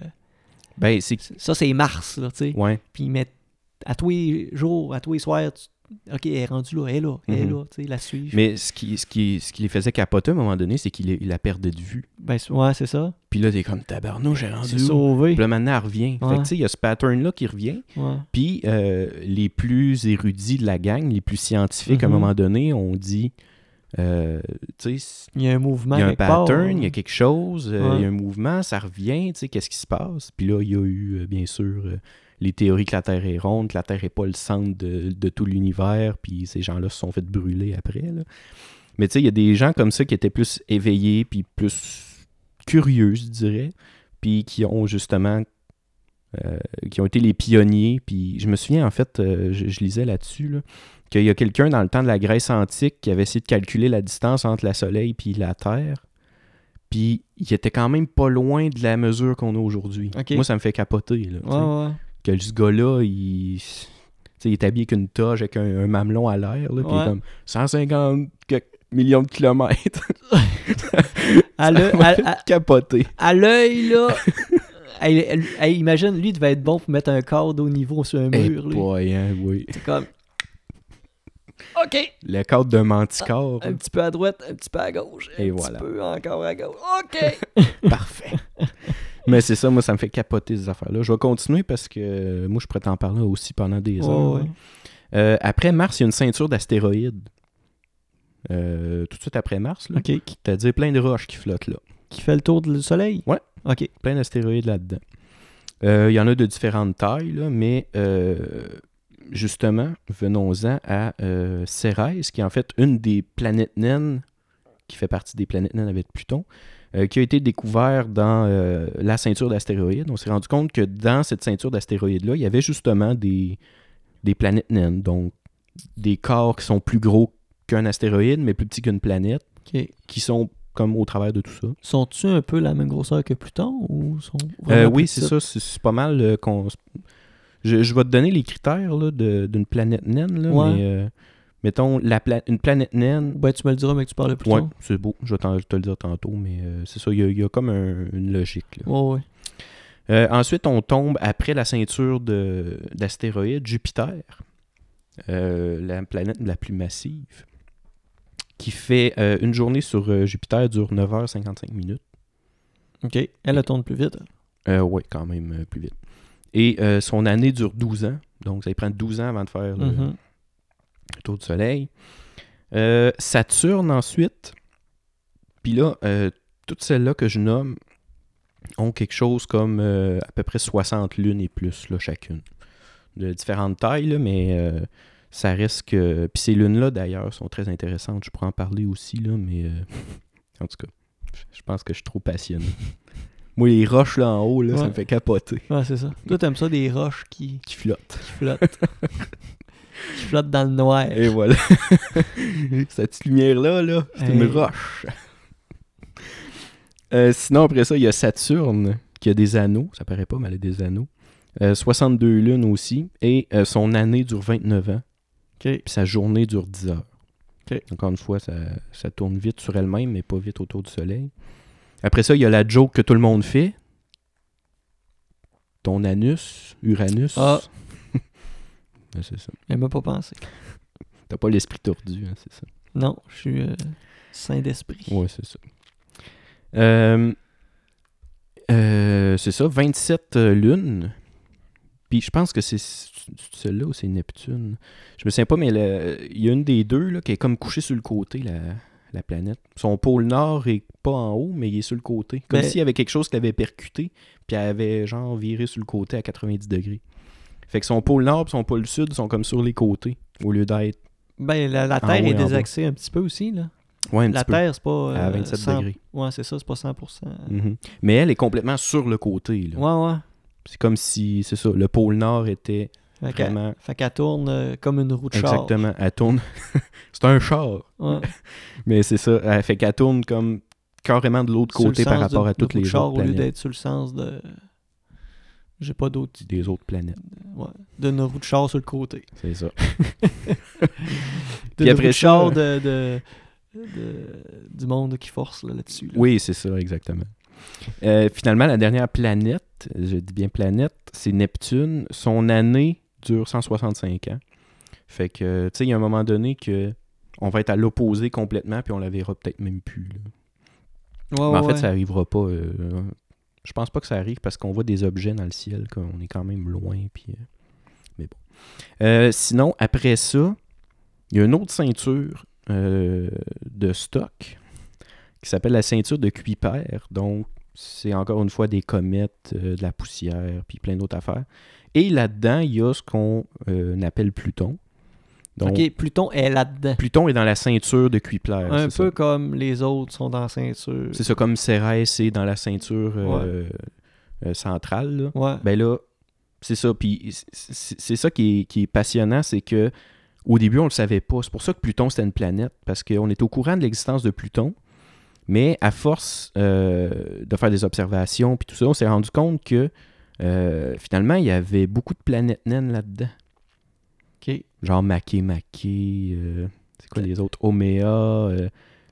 [SPEAKER 2] Ben, c'est.
[SPEAKER 1] c'est- Ça, c'est Mars, là, tu sais.
[SPEAKER 2] Ouais.
[SPEAKER 1] Puis, mais à tous les jours, à tous les soirs, tu- OK, elle est rendue là, elle est là, elle est
[SPEAKER 2] Mhm.
[SPEAKER 1] là, tu sais, la suivre.
[SPEAKER 2] Mais ce qui, ce, qui, ce qui les faisait capoter à un moment donné, c'est qu'il il la perdait de vue.
[SPEAKER 1] Ben, c'est- ouais, c'est ça.
[SPEAKER 2] Puis là, t'es comme tabarnou, j'ai rendu
[SPEAKER 1] C'est
[SPEAKER 2] où?
[SPEAKER 1] sauvé.
[SPEAKER 2] Puis là, maintenant, elle revient. Fait
[SPEAKER 1] Ouais.
[SPEAKER 2] que, tu sais, il y a ce pattern-là qui revient.
[SPEAKER 1] Ouais.
[SPEAKER 2] Puis, euh, les plus érudits de la gang, les plus scientifiques, à un
[SPEAKER 1] Mhm.
[SPEAKER 2] moment donné, on dit, euh, tu sais,
[SPEAKER 1] Il y a un mouvement.
[SPEAKER 2] il y a un
[SPEAKER 1] quelque part,
[SPEAKER 2] pattern, il y
[SPEAKER 1] là.
[SPEAKER 2] a quelque chose, euh,
[SPEAKER 1] Ouais.
[SPEAKER 2] il y a un mouvement, ça revient, tu sais, qu'est-ce qui se passe? Puis là, il y a eu, euh, bien sûr, euh, les théories que la Terre est ronde, que la Terre n'est pas le centre de, de tout l'univers, puis ces gens-là se sont fait brûler après. là. Mais tu sais, il y a des gens comme ça qui étaient plus éveillés, puis plus curieux, je dirais, puis qui ont justement. euh, qui ont été les pionniers. Puis je me souviens, en fait, euh, je, je lisais là-dessus, là, qu'il y a quelqu'un dans le temps de la Grèce antique qui avait essayé de calculer la distance entre la Soleil puis la Terre. Puis il était quand même pas loin de la mesure qu'on a aujourd'hui.
[SPEAKER 1] Ok.
[SPEAKER 2] Moi, ça me fait capoter. Là, tu sais.
[SPEAKER 1] Ouais, ouais.
[SPEAKER 2] Que ce gars-là, il... tu sais, il est habillé qu'une toge avec un, un mamelon à l'air. là, Puis il est
[SPEAKER 1] Ouais.
[SPEAKER 2] comme 150 quelques millions de kilomètres.
[SPEAKER 1] À l'œil-
[SPEAKER 2] m'a fait
[SPEAKER 1] à- à-
[SPEAKER 2] capoter.
[SPEAKER 1] à l'œil, là. elle- elle- elle- imagine, lui, il devait être bon pour mettre un cadre au niveau sur un
[SPEAKER 2] Eh
[SPEAKER 1] mur. là.
[SPEAKER 2] boy, hein, oui.
[SPEAKER 1] C'est comme. OK.
[SPEAKER 2] Le cadre d'un manticore.
[SPEAKER 1] Un petit peu à droite, un petit peu à gauche. Un
[SPEAKER 2] Et
[SPEAKER 1] petit
[SPEAKER 2] voilà.
[SPEAKER 1] peu encore à gauche. OK.
[SPEAKER 2] Parfait. Mais c'est ça, moi, ça me fait capoter ces affaires-là. Je vais continuer parce que euh, moi, je pourrais t'en parler aussi pendant des
[SPEAKER 1] Ouais,
[SPEAKER 2] heures.
[SPEAKER 1] ouais.
[SPEAKER 2] Euh, après Mars, il y a une ceinture d'astéroïdes. Euh, tout de suite après Mars, là.
[SPEAKER 1] OK. Qui,
[SPEAKER 2] C'est-à-dire plein de roches qui flottent là.
[SPEAKER 1] qui fait le tour du soleil?
[SPEAKER 2] Ouais.
[SPEAKER 1] OK.
[SPEAKER 2] Plein d'astéroïdes là-dedans. Euh, il y en a de différentes tailles, là, mais euh, justement, venons-en à euh, Cérès, qui est en fait une des planètes naines, qui fait partie des planètes naines avec Pluton, euh, qui a été découvert dans euh, la ceinture d'astéroïdes. On s'est rendu compte que dans cette ceinture d'astéroïdes-là, il y avait justement des, des planètes naines, donc des corps qui sont plus gros qu'un astéroïde, mais plus petits qu'une planète,
[SPEAKER 1] OK.
[SPEAKER 2] qui sont comme au travers de tout ça.
[SPEAKER 1] Sont-tu un peu la même grosseur que Pluton ou sont
[SPEAKER 2] Euh,
[SPEAKER 1] vraiment
[SPEAKER 2] oui,
[SPEAKER 1] plus
[SPEAKER 2] c'est
[SPEAKER 1] petites?
[SPEAKER 2] ça. C'est c'est pas mal euh, qu'on- Je, je vais te donner les critères là, de- d'une planète naine. là,
[SPEAKER 1] Ouais.
[SPEAKER 2] mais, euh, mettons, la pla- une planète naine.
[SPEAKER 1] Ben, tu me le diras, mais que tu parles de Pluton.
[SPEAKER 2] Ouais, c'est beau. Je vais t'en- te le dire tantôt, mais euh, c'est ça. Il y a, il y a comme un- une logique. là.
[SPEAKER 1] Ouais, ouais.
[SPEAKER 2] Euh, ensuite, on tombe après la ceinture de- d'astéroïdes, Jupiter, euh, la planète la plus massive, qui fait euh, une journée sur euh, Jupiter dure 9h55 minutes.
[SPEAKER 1] OK. Elle, elle tourne plus vite.
[SPEAKER 2] oui, quand même euh, plus vite. Et euh, son année dure 12 ans. Donc, ça lui prend 12 ans avant de faire le
[SPEAKER 1] Mhm.
[SPEAKER 2] tour du Soleil. Euh, Saturne, ensuite. Puis là, euh, toutes celles-là que je nomme ont quelque chose comme euh, à peu près 60 lunes et plus, là, chacune. De différentes tailles, là, mais euh, ça risque. euh, Puis ces lunes-là, d'ailleurs, sont très intéressantes. Je pourrais en parler aussi, là, mais euh, en tout cas, je- je pense que je suis trop passionné. Moi, les roches là en haut, là, ça
[SPEAKER 1] Ouais.
[SPEAKER 2] me fait capoter.
[SPEAKER 1] Ouais, c'est ça. Toi, t'aimes ça des roches qui,
[SPEAKER 2] Qui flotte.
[SPEAKER 1] qui flottent. qui flottent dans le noir.
[SPEAKER 2] Et voilà. Cette petite lumière-là, là, c'est une
[SPEAKER 1] Hey.
[SPEAKER 2] roche. Euh, sinon, après ça, il y a Saturne qui a des anneaux. Ça paraît pas, mais elle a des anneaux. Euh, 62 lunes aussi. Et euh, son année dure 29 ans.
[SPEAKER 1] Ok.
[SPEAKER 2] Puis sa journée dure 10 heures.
[SPEAKER 1] Ok.
[SPEAKER 2] Encore une fois, ça, ça tourne vite sur elle-même, mais pas vite autour du soleil. Après ça, il y a la joke que tout le monde fait. Ton anus, Uranus.
[SPEAKER 1] Ah.
[SPEAKER 2] Ouais, c'est ça.
[SPEAKER 1] J'aime pas pensé.
[SPEAKER 2] T'as pas l'esprit tordu, hein, c'est ça.
[SPEAKER 1] Non, je suis euh, sain d'esprit.
[SPEAKER 2] Ouais, c'est ça. Euh, euh, c'est ça, 27 euh, lunes. Puis je pense que c'est c'est celle-là ou c'est Neptune. Je me souviens pas, mais le- il y a une des deux là, qui est comme couchée sur le côté, la, la planète. Son pôle nord est pas en haut, mais il est sur le côté. Comme
[SPEAKER 1] Ben-
[SPEAKER 2] s'il y avait quelque chose qui l'avait percuté, puis elle avait genre viré sur le côté à 90 degrés. Fait que son pôle nord et son pôle sud sont comme sur les côtés, au lieu d'être.
[SPEAKER 1] Ben, la, la
[SPEAKER 2] En
[SPEAKER 1] Terre
[SPEAKER 2] haut et
[SPEAKER 1] est
[SPEAKER 2] Ah en bas.
[SPEAKER 1] désaxée un petit peu aussi, là.
[SPEAKER 2] Ouais, un
[SPEAKER 1] la
[SPEAKER 2] petit peu,
[SPEAKER 1] Terre, c'est pas... euh,
[SPEAKER 2] à 27
[SPEAKER 1] 100
[SPEAKER 2] degrés.
[SPEAKER 1] Ouais, c'est ça, c'est pas 100%.
[SPEAKER 2] Mhm. Mais elle est complètement sur le côté. Là.
[SPEAKER 1] Ouais, ouais.
[SPEAKER 2] C'est comme si, c'est ça, le pôle Nord était
[SPEAKER 1] Fait qu'elle-
[SPEAKER 2] vraiment.
[SPEAKER 1] fait qu'elle tourne euh, comme une roue de char.
[SPEAKER 2] Exactement, elle tourne. c'est un char,
[SPEAKER 1] Ouais.
[SPEAKER 2] mais c'est ça. Elle fait qu'elle tourne comme carrément de l'autre
[SPEAKER 1] Sur le
[SPEAKER 2] côté par
[SPEAKER 1] sens
[SPEAKER 2] rapport
[SPEAKER 1] de-
[SPEAKER 2] à
[SPEAKER 1] de
[SPEAKER 2] toutes
[SPEAKER 1] roue de
[SPEAKER 2] les
[SPEAKER 1] char,
[SPEAKER 2] autres
[SPEAKER 1] au lieu
[SPEAKER 2] planètes.
[SPEAKER 1] d'être sur le sens de... J'ai pas d'autre...
[SPEAKER 2] Des autres planètes,
[SPEAKER 1] Ouais. D'une roue de char sur le côté.
[SPEAKER 2] c'est ça. Puis
[SPEAKER 1] D'une roue
[SPEAKER 2] après
[SPEAKER 1] de
[SPEAKER 2] ça-
[SPEAKER 1] char de... de- de- du monde qui force là, là-dessus. là.
[SPEAKER 2] Oui, c'est ça, exactement. Euh, finalement, la dernière planète, je dis bien planète, c'est Neptune. Son année dure 165 ans. Fait que, tu sais, il y a un moment donné que on va être à l'opposé complètement, puis on la verra peut-être même plus. là.
[SPEAKER 1] Ouais,
[SPEAKER 2] Mais
[SPEAKER 1] ouais,
[SPEAKER 2] en fait,
[SPEAKER 1] Ah ouais.
[SPEAKER 2] ça arrivera pas. euh, je pense pas que ça arrive parce qu'on voit des objets dans le ciel, qu'on est quand même loin. Puis, euh, mais bon. Euh, sinon, après ça, il y a une autre ceinture euh, de stock qui s'appelle la ceinture de Kuiper. Donc, c'est encore une fois des comètes, euh, de la poussière, puis plein d'autres affaires. Et là-dedans, il y a ce qu'on euh, appelle Pluton. Donc,
[SPEAKER 1] Ok, Pluton est là-dedans.
[SPEAKER 2] Pluton est dans la ceinture de Kuiper.
[SPEAKER 1] un
[SPEAKER 2] c'est ça.
[SPEAKER 1] peu comme les autres sont dans la ceinture.
[SPEAKER 2] C'est ça, comme Cérès est dans la ceinture euh, euh, centrale. là.
[SPEAKER 1] Ouais.
[SPEAKER 2] Ben là, c'est ça. Puis c- c- c'est ça qui est, qui est passionnant, c'est que au début, on le savait pas. C'est pour ça que Pluton, c'était une planète, parce qu'on était au courant de l'existence de Pluton, mais à force euh, de faire des observations, puis tout ça, on s'est rendu compte que euh, finalement, il y avait beaucoup de planètes naines là-dedans.
[SPEAKER 1] ok.
[SPEAKER 2] Genre Maké Maké, euh, c'est quoi les autres Oméa, euh,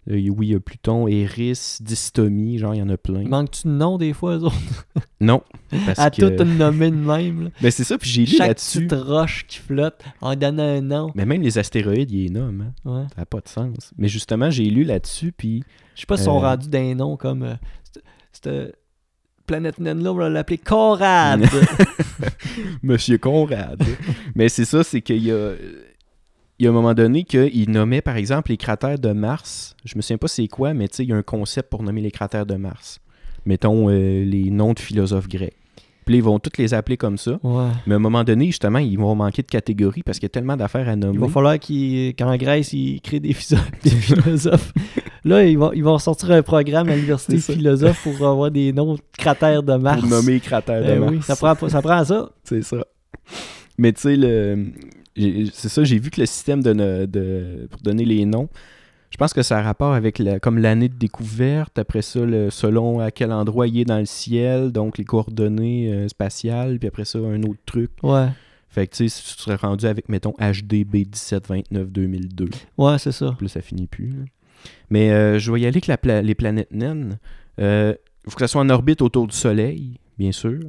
[SPEAKER 2] là, il- oui, il y a Pluton, Eris, Dystomie, genre il y en a plein.
[SPEAKER 1] Manques-tu de nom des fois, eux autres?
[SPEAKER 2] Non, parce
[SPEAKER 1] À
[SPEAKER 2] que...
[SPEAKER 1] tout une nommée de même. là.
[SPEAKER 2] Mais c'est ça, puis j'ai lu
[SPEAKER 1] Chaque
[SPEAKER 2] là-dessus.
[SPEAKER 1] petite roche qui flotte en donnant un nom.
[SPEAKER 2] Mais même les astéroïdes, il les nomme, hein.
[SPEAKER 1] Ouais.
[SPEAKER 2] ça n'a pas de sens. Mais justement, j'ai lu là-dessus, puis
[SPEAKER 1] Je sais pas si sont
[SPEAKER 2] Euh.
[SPEAKER 1] rendus d'un nom comme. euh, cette- cette planète naine-là, on va l'appeler Corade.
[SPEAKER 2] Monsieur Conrad. Mais c'est ça, c'est qu'il y a... Il y a un moment donné qu'il nommait, par exemple, les cratères de Mars. Je me souviens pas c'est quoi, mais tu sais, il y a un concept pour nommer les cratères de Mars. Mettons euh, les noms de philosophes grecs. Puis là, ils vont tous les appeler comme ça.
[SPEAKER 1] ouais.
[SPEAKER 2] Mais à un moment donné, justement, ils vont manquer de catégories parce qu'il y a tellement d'affaires à nommer.
[SPEAKER 1] Il va falloir qu'il- qu'en Grèce, ils créent des, physio- des philosophes. Là, ils vont, ils vont sortir un programme à l'université
[SPEAKER 2] C'est ça.
[SPEAKER 1] philosophe pour avoir des noms de cratères de Mars.
[SPEAKER 2] Pour nommer les cratères de
[SPEAKER 1] Eh
[SPEAKER 2] Mars.
[SPEAKER 1] oui, ça prend, ça prend ça.
[SPEAKER 2] C'est ça. Mais tu sais, le... j'ai- c'est ça, j'ai vu que le système de, ne- de- pour donner les noms, je pense que ça a rapport avec la- comme l'année de découverte, après ça, le, selon à quel endroit il est dans le ciel, donc les coordonnées euh, spatiales, puis après ça, un autre truc.
[SPEAKER 1] Ouais.
[SPEAKER 2] Fait que tu sais, si tu serais rendu avec, mettons, HDB 1729-2002,
[SPEAKER 1] Ouais, c'est ça.
[SPEAKER 2] plus ça finit plus. là. Mais euh, je vais y aller avec la pla- les planètes naines. Il faut que ça soit en orbite autour du Soleil, bien sûr.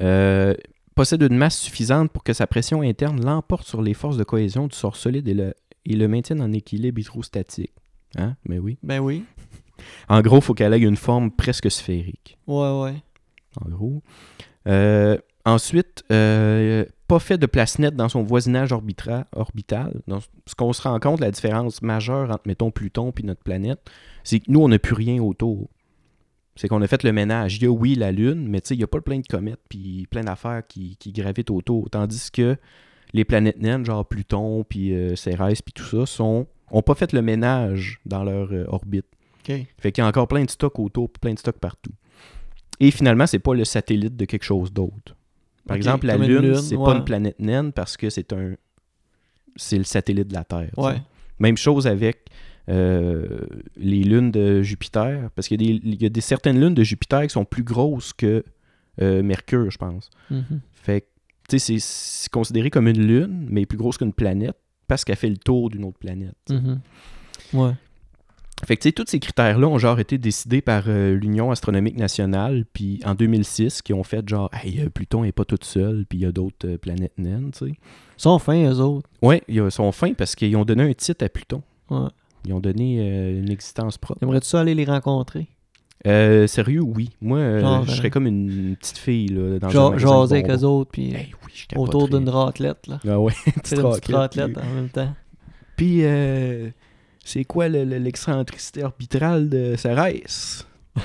[SPEAKER 2] Euh, possède une masse suffisante pour que sa pression interne l'emporte sur les forces de cohésion du sort solide et le, et le maintienne en équilibre hydrostatique. Hein? Mais oui.
[SPEAKER 1] Ben oui.
[SPEAKER 2] En gros, il faut qu'elle ait une forme presque sphérique.
[SPEAKER 1] Ouais, ouais.
[SPEAKER 2] En gros. Euh, ensuite, euh, pas fait de place nette dans son voisinage orbitra- orbital. Donc, ce qu'on se rend compte, la différence majeure entre, mettons, Pluton puis notre planète, c'est que nous, on n'a plus rien autour. C'est qu'on a fait le ménage. Il y a, oui, la Lune, mais tu sais, il n'y a pas plein de comètes puis plein d'affaires qui, qui gravitent autour. Tandis que les planètes naines, genre Pluton, puis euh, Cérès, puis tout ça, sont ont pas fait le ménage dans leur euh, orbite.
[SPEAKER 1] OK.
[SPEAKER 2] Fait qu'il y a encore plein de stocks autour, puis plein de stocks partout. Et finalement, c'est pas le satellite de quelque chose d'autre. Par
[SPEAKER 1] Ok,
[SPEAKER 2] exemple, la
[SPEAKER 1] comme une
[SPEAKER 2] Lune,
[SPEAKER 1] lune,
[SPEAKER 2] c'est
[SPEAKER 1] ouais.
[SPEAKER 2] pas une planète naine parce que c'est un c'est le satellite de la Terre. tu
[SPEAKER 1] Ouais.
[SPEAKER 2] sais. Même chose avec euh, les lunes de Jupiter, parce qu'il y a, des, il y a des- certaines lunes de Jupiter qui sont plus grosses que euh, Mercure, je pense.
[SPEAKER 1] Mhm.
[SPEAKER 2] Fait que, tu sais, c'est- c'est considéré comme une lune, mais plus grosse qu'une planète, parce qu'elle fait le tour d'une autre planète.
[SPEAKER 1] Mhm. Ouais.
[SPEAKER 2] Fait que, tu sais, tous ces critères-là ont genre été décidés par euh, l'Union astronomique nationale, puis en 2006, qui ont fait genre, hey, euh, Pluton n'est pas toute seule, puis il y a d'autres euh, planètes naines, tu sais.
[SPEAKER 1] Ils sont fins, eux autres.
[SPEAKER 2] Ouais, ils euh, sont fins parce qu'ils ont donné un titre à Pluton.
[SPEAKER 1] Ouais.
[SPEAKER 2] Ils ont donné euh, une existence propre.
[SPEAKER 1] Aimerais-tu ça aller les rencontrer?
[SPEAKER 2] Euh, sérieux, oui. Moi, euh,
[SPEAKER 1] Genre,
[SPEAKER 2] je
[SPEAKER 1] euh,
[SPEAKER 2] serais comme une petite fille là, dans un
[SPEAKER 1] Genre,
[SPEAKER 2] magasin de
[SPEAKER 1] jaser avec
[SPEAKER 2] bonbons.
[SPEAKER 1] eux autres, puis
[SPEAKER 2] Eh oui, je capoterais.
[SPEAKER 1] autour d'une raclette, là.
[SPEAKER 2] Ah ouais, une
[SPEAKER 1] C'est
[SPEAKER 2] petite
[SPEAKER 1] une petite
[SPEAKER 2] raclette,
[SPEAKER 1] raclette en même temps.
[SPEAKER 2] Puis, euh, c'est quoi le- le- l'excentricité arbitrale de Cérès? puis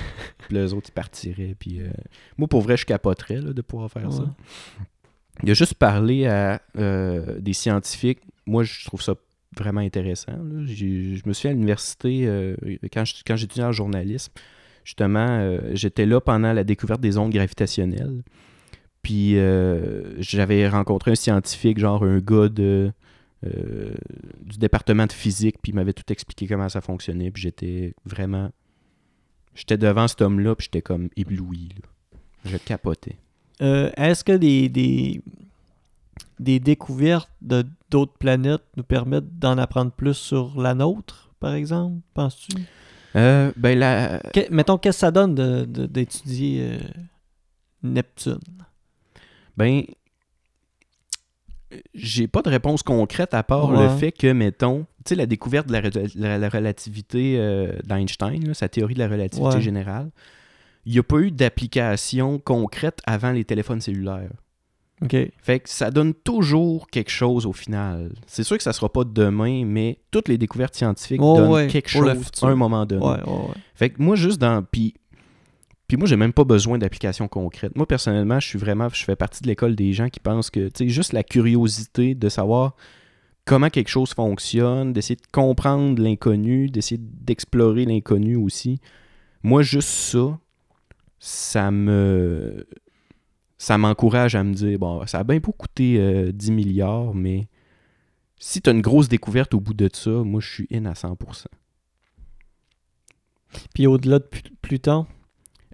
[SPEAKER 2] les autres, ils partiraient. Puis, euh, moi, pour vrai, je capoterais là, de pouvoir faire ça.
[SPEAKER 1] Ouais.
[SPEAKER 2] Il a juste parlé à euh, des scientifiques. Moi, je trouve ça vraiment intéressant. là. J'ai- Je me suis à l'université, euh, quand je- quand j'étudiais en journalisme, justement, euh, j'étais là pendant la découverte des ondes gravitationnelles. Puis euh, j'avais rencontré un scientifique, genre un gars de, euh, du département de physique, puis il m'avait tout expliqué comment ça fonctionnait. Puis j'étais vraiment. J'étais devant cet homme-là, puis j'étais comme ébloui. là. Je capotais.
[SPEAKER 1] Euh, Est-ce que des, des, des découvertes de d'autres planètes nous permettent d'en apprendre plus sur la nôtre, par exemple, penses-tu?
[SPEAKER 2] Euh, ben la,
[SPEAKER 1] Que- mettons, qu'est-ce que ça donne de- de- d'étudier euh, Neptune?
[SPEAKER 2] Ben, j'ai pas de réponse concrète à part
[SPEAKER 1] Ouais.
[SPEAKER 2] le fait que, mettons, tu sais, la découverte de la, re- la- la relativité euh, d'Einstein, là, sa théorie de la relativité
[SPEAKER 1] Ouais.
[SPEAKER 2] générale, il n'y a pas eu d'application concrète avant les téléphones cellulaires.
[SPEAKER 1] OK.
[SPEAKER 2] Fait que ça donne toujours quelque chose au final. C'est sûr que ça sera pas demain, mais toutes les découvertes scientifiques
[SPEAKER 1] Ouais,
[SPEAKER 2] donnent
[SPEAKER 1] ouais,
[SPEAKER 2] quelque
[SPEAKER 1] pour le
[SPEAKER 2] chose à
[SPEAKER 1] futur.
[SPEAKER 2] un moment
[SPEAKER 1] Ouais,
[SPEAKER 2] donné.
[SPEAKER 1] ouais, ouais.
[SPEAKER 2] Fait que moi, juste dans. Puis, puis moi, j'ai même pas besoin d'application concrète. Moi, personnellement, je suis vraiment. Je fais partie de l'école des gens qui pensent que, tu sais, juste la curiosité de savoir comment quelque chose fonctionne, d'essayer de comprendre l'inconnu, d'essayer d'explorer l'inconnu aussi. Moi, juste ça, ça me. Ça m'encourage à me dire, bon, ça a bien beau coûter euh, 10 milliards, mais si tu as une grosse découverte au bout de ça, moi, je suis in à 100%.
[SPEAKER 1] Puis au-delà de Plu- Pluton,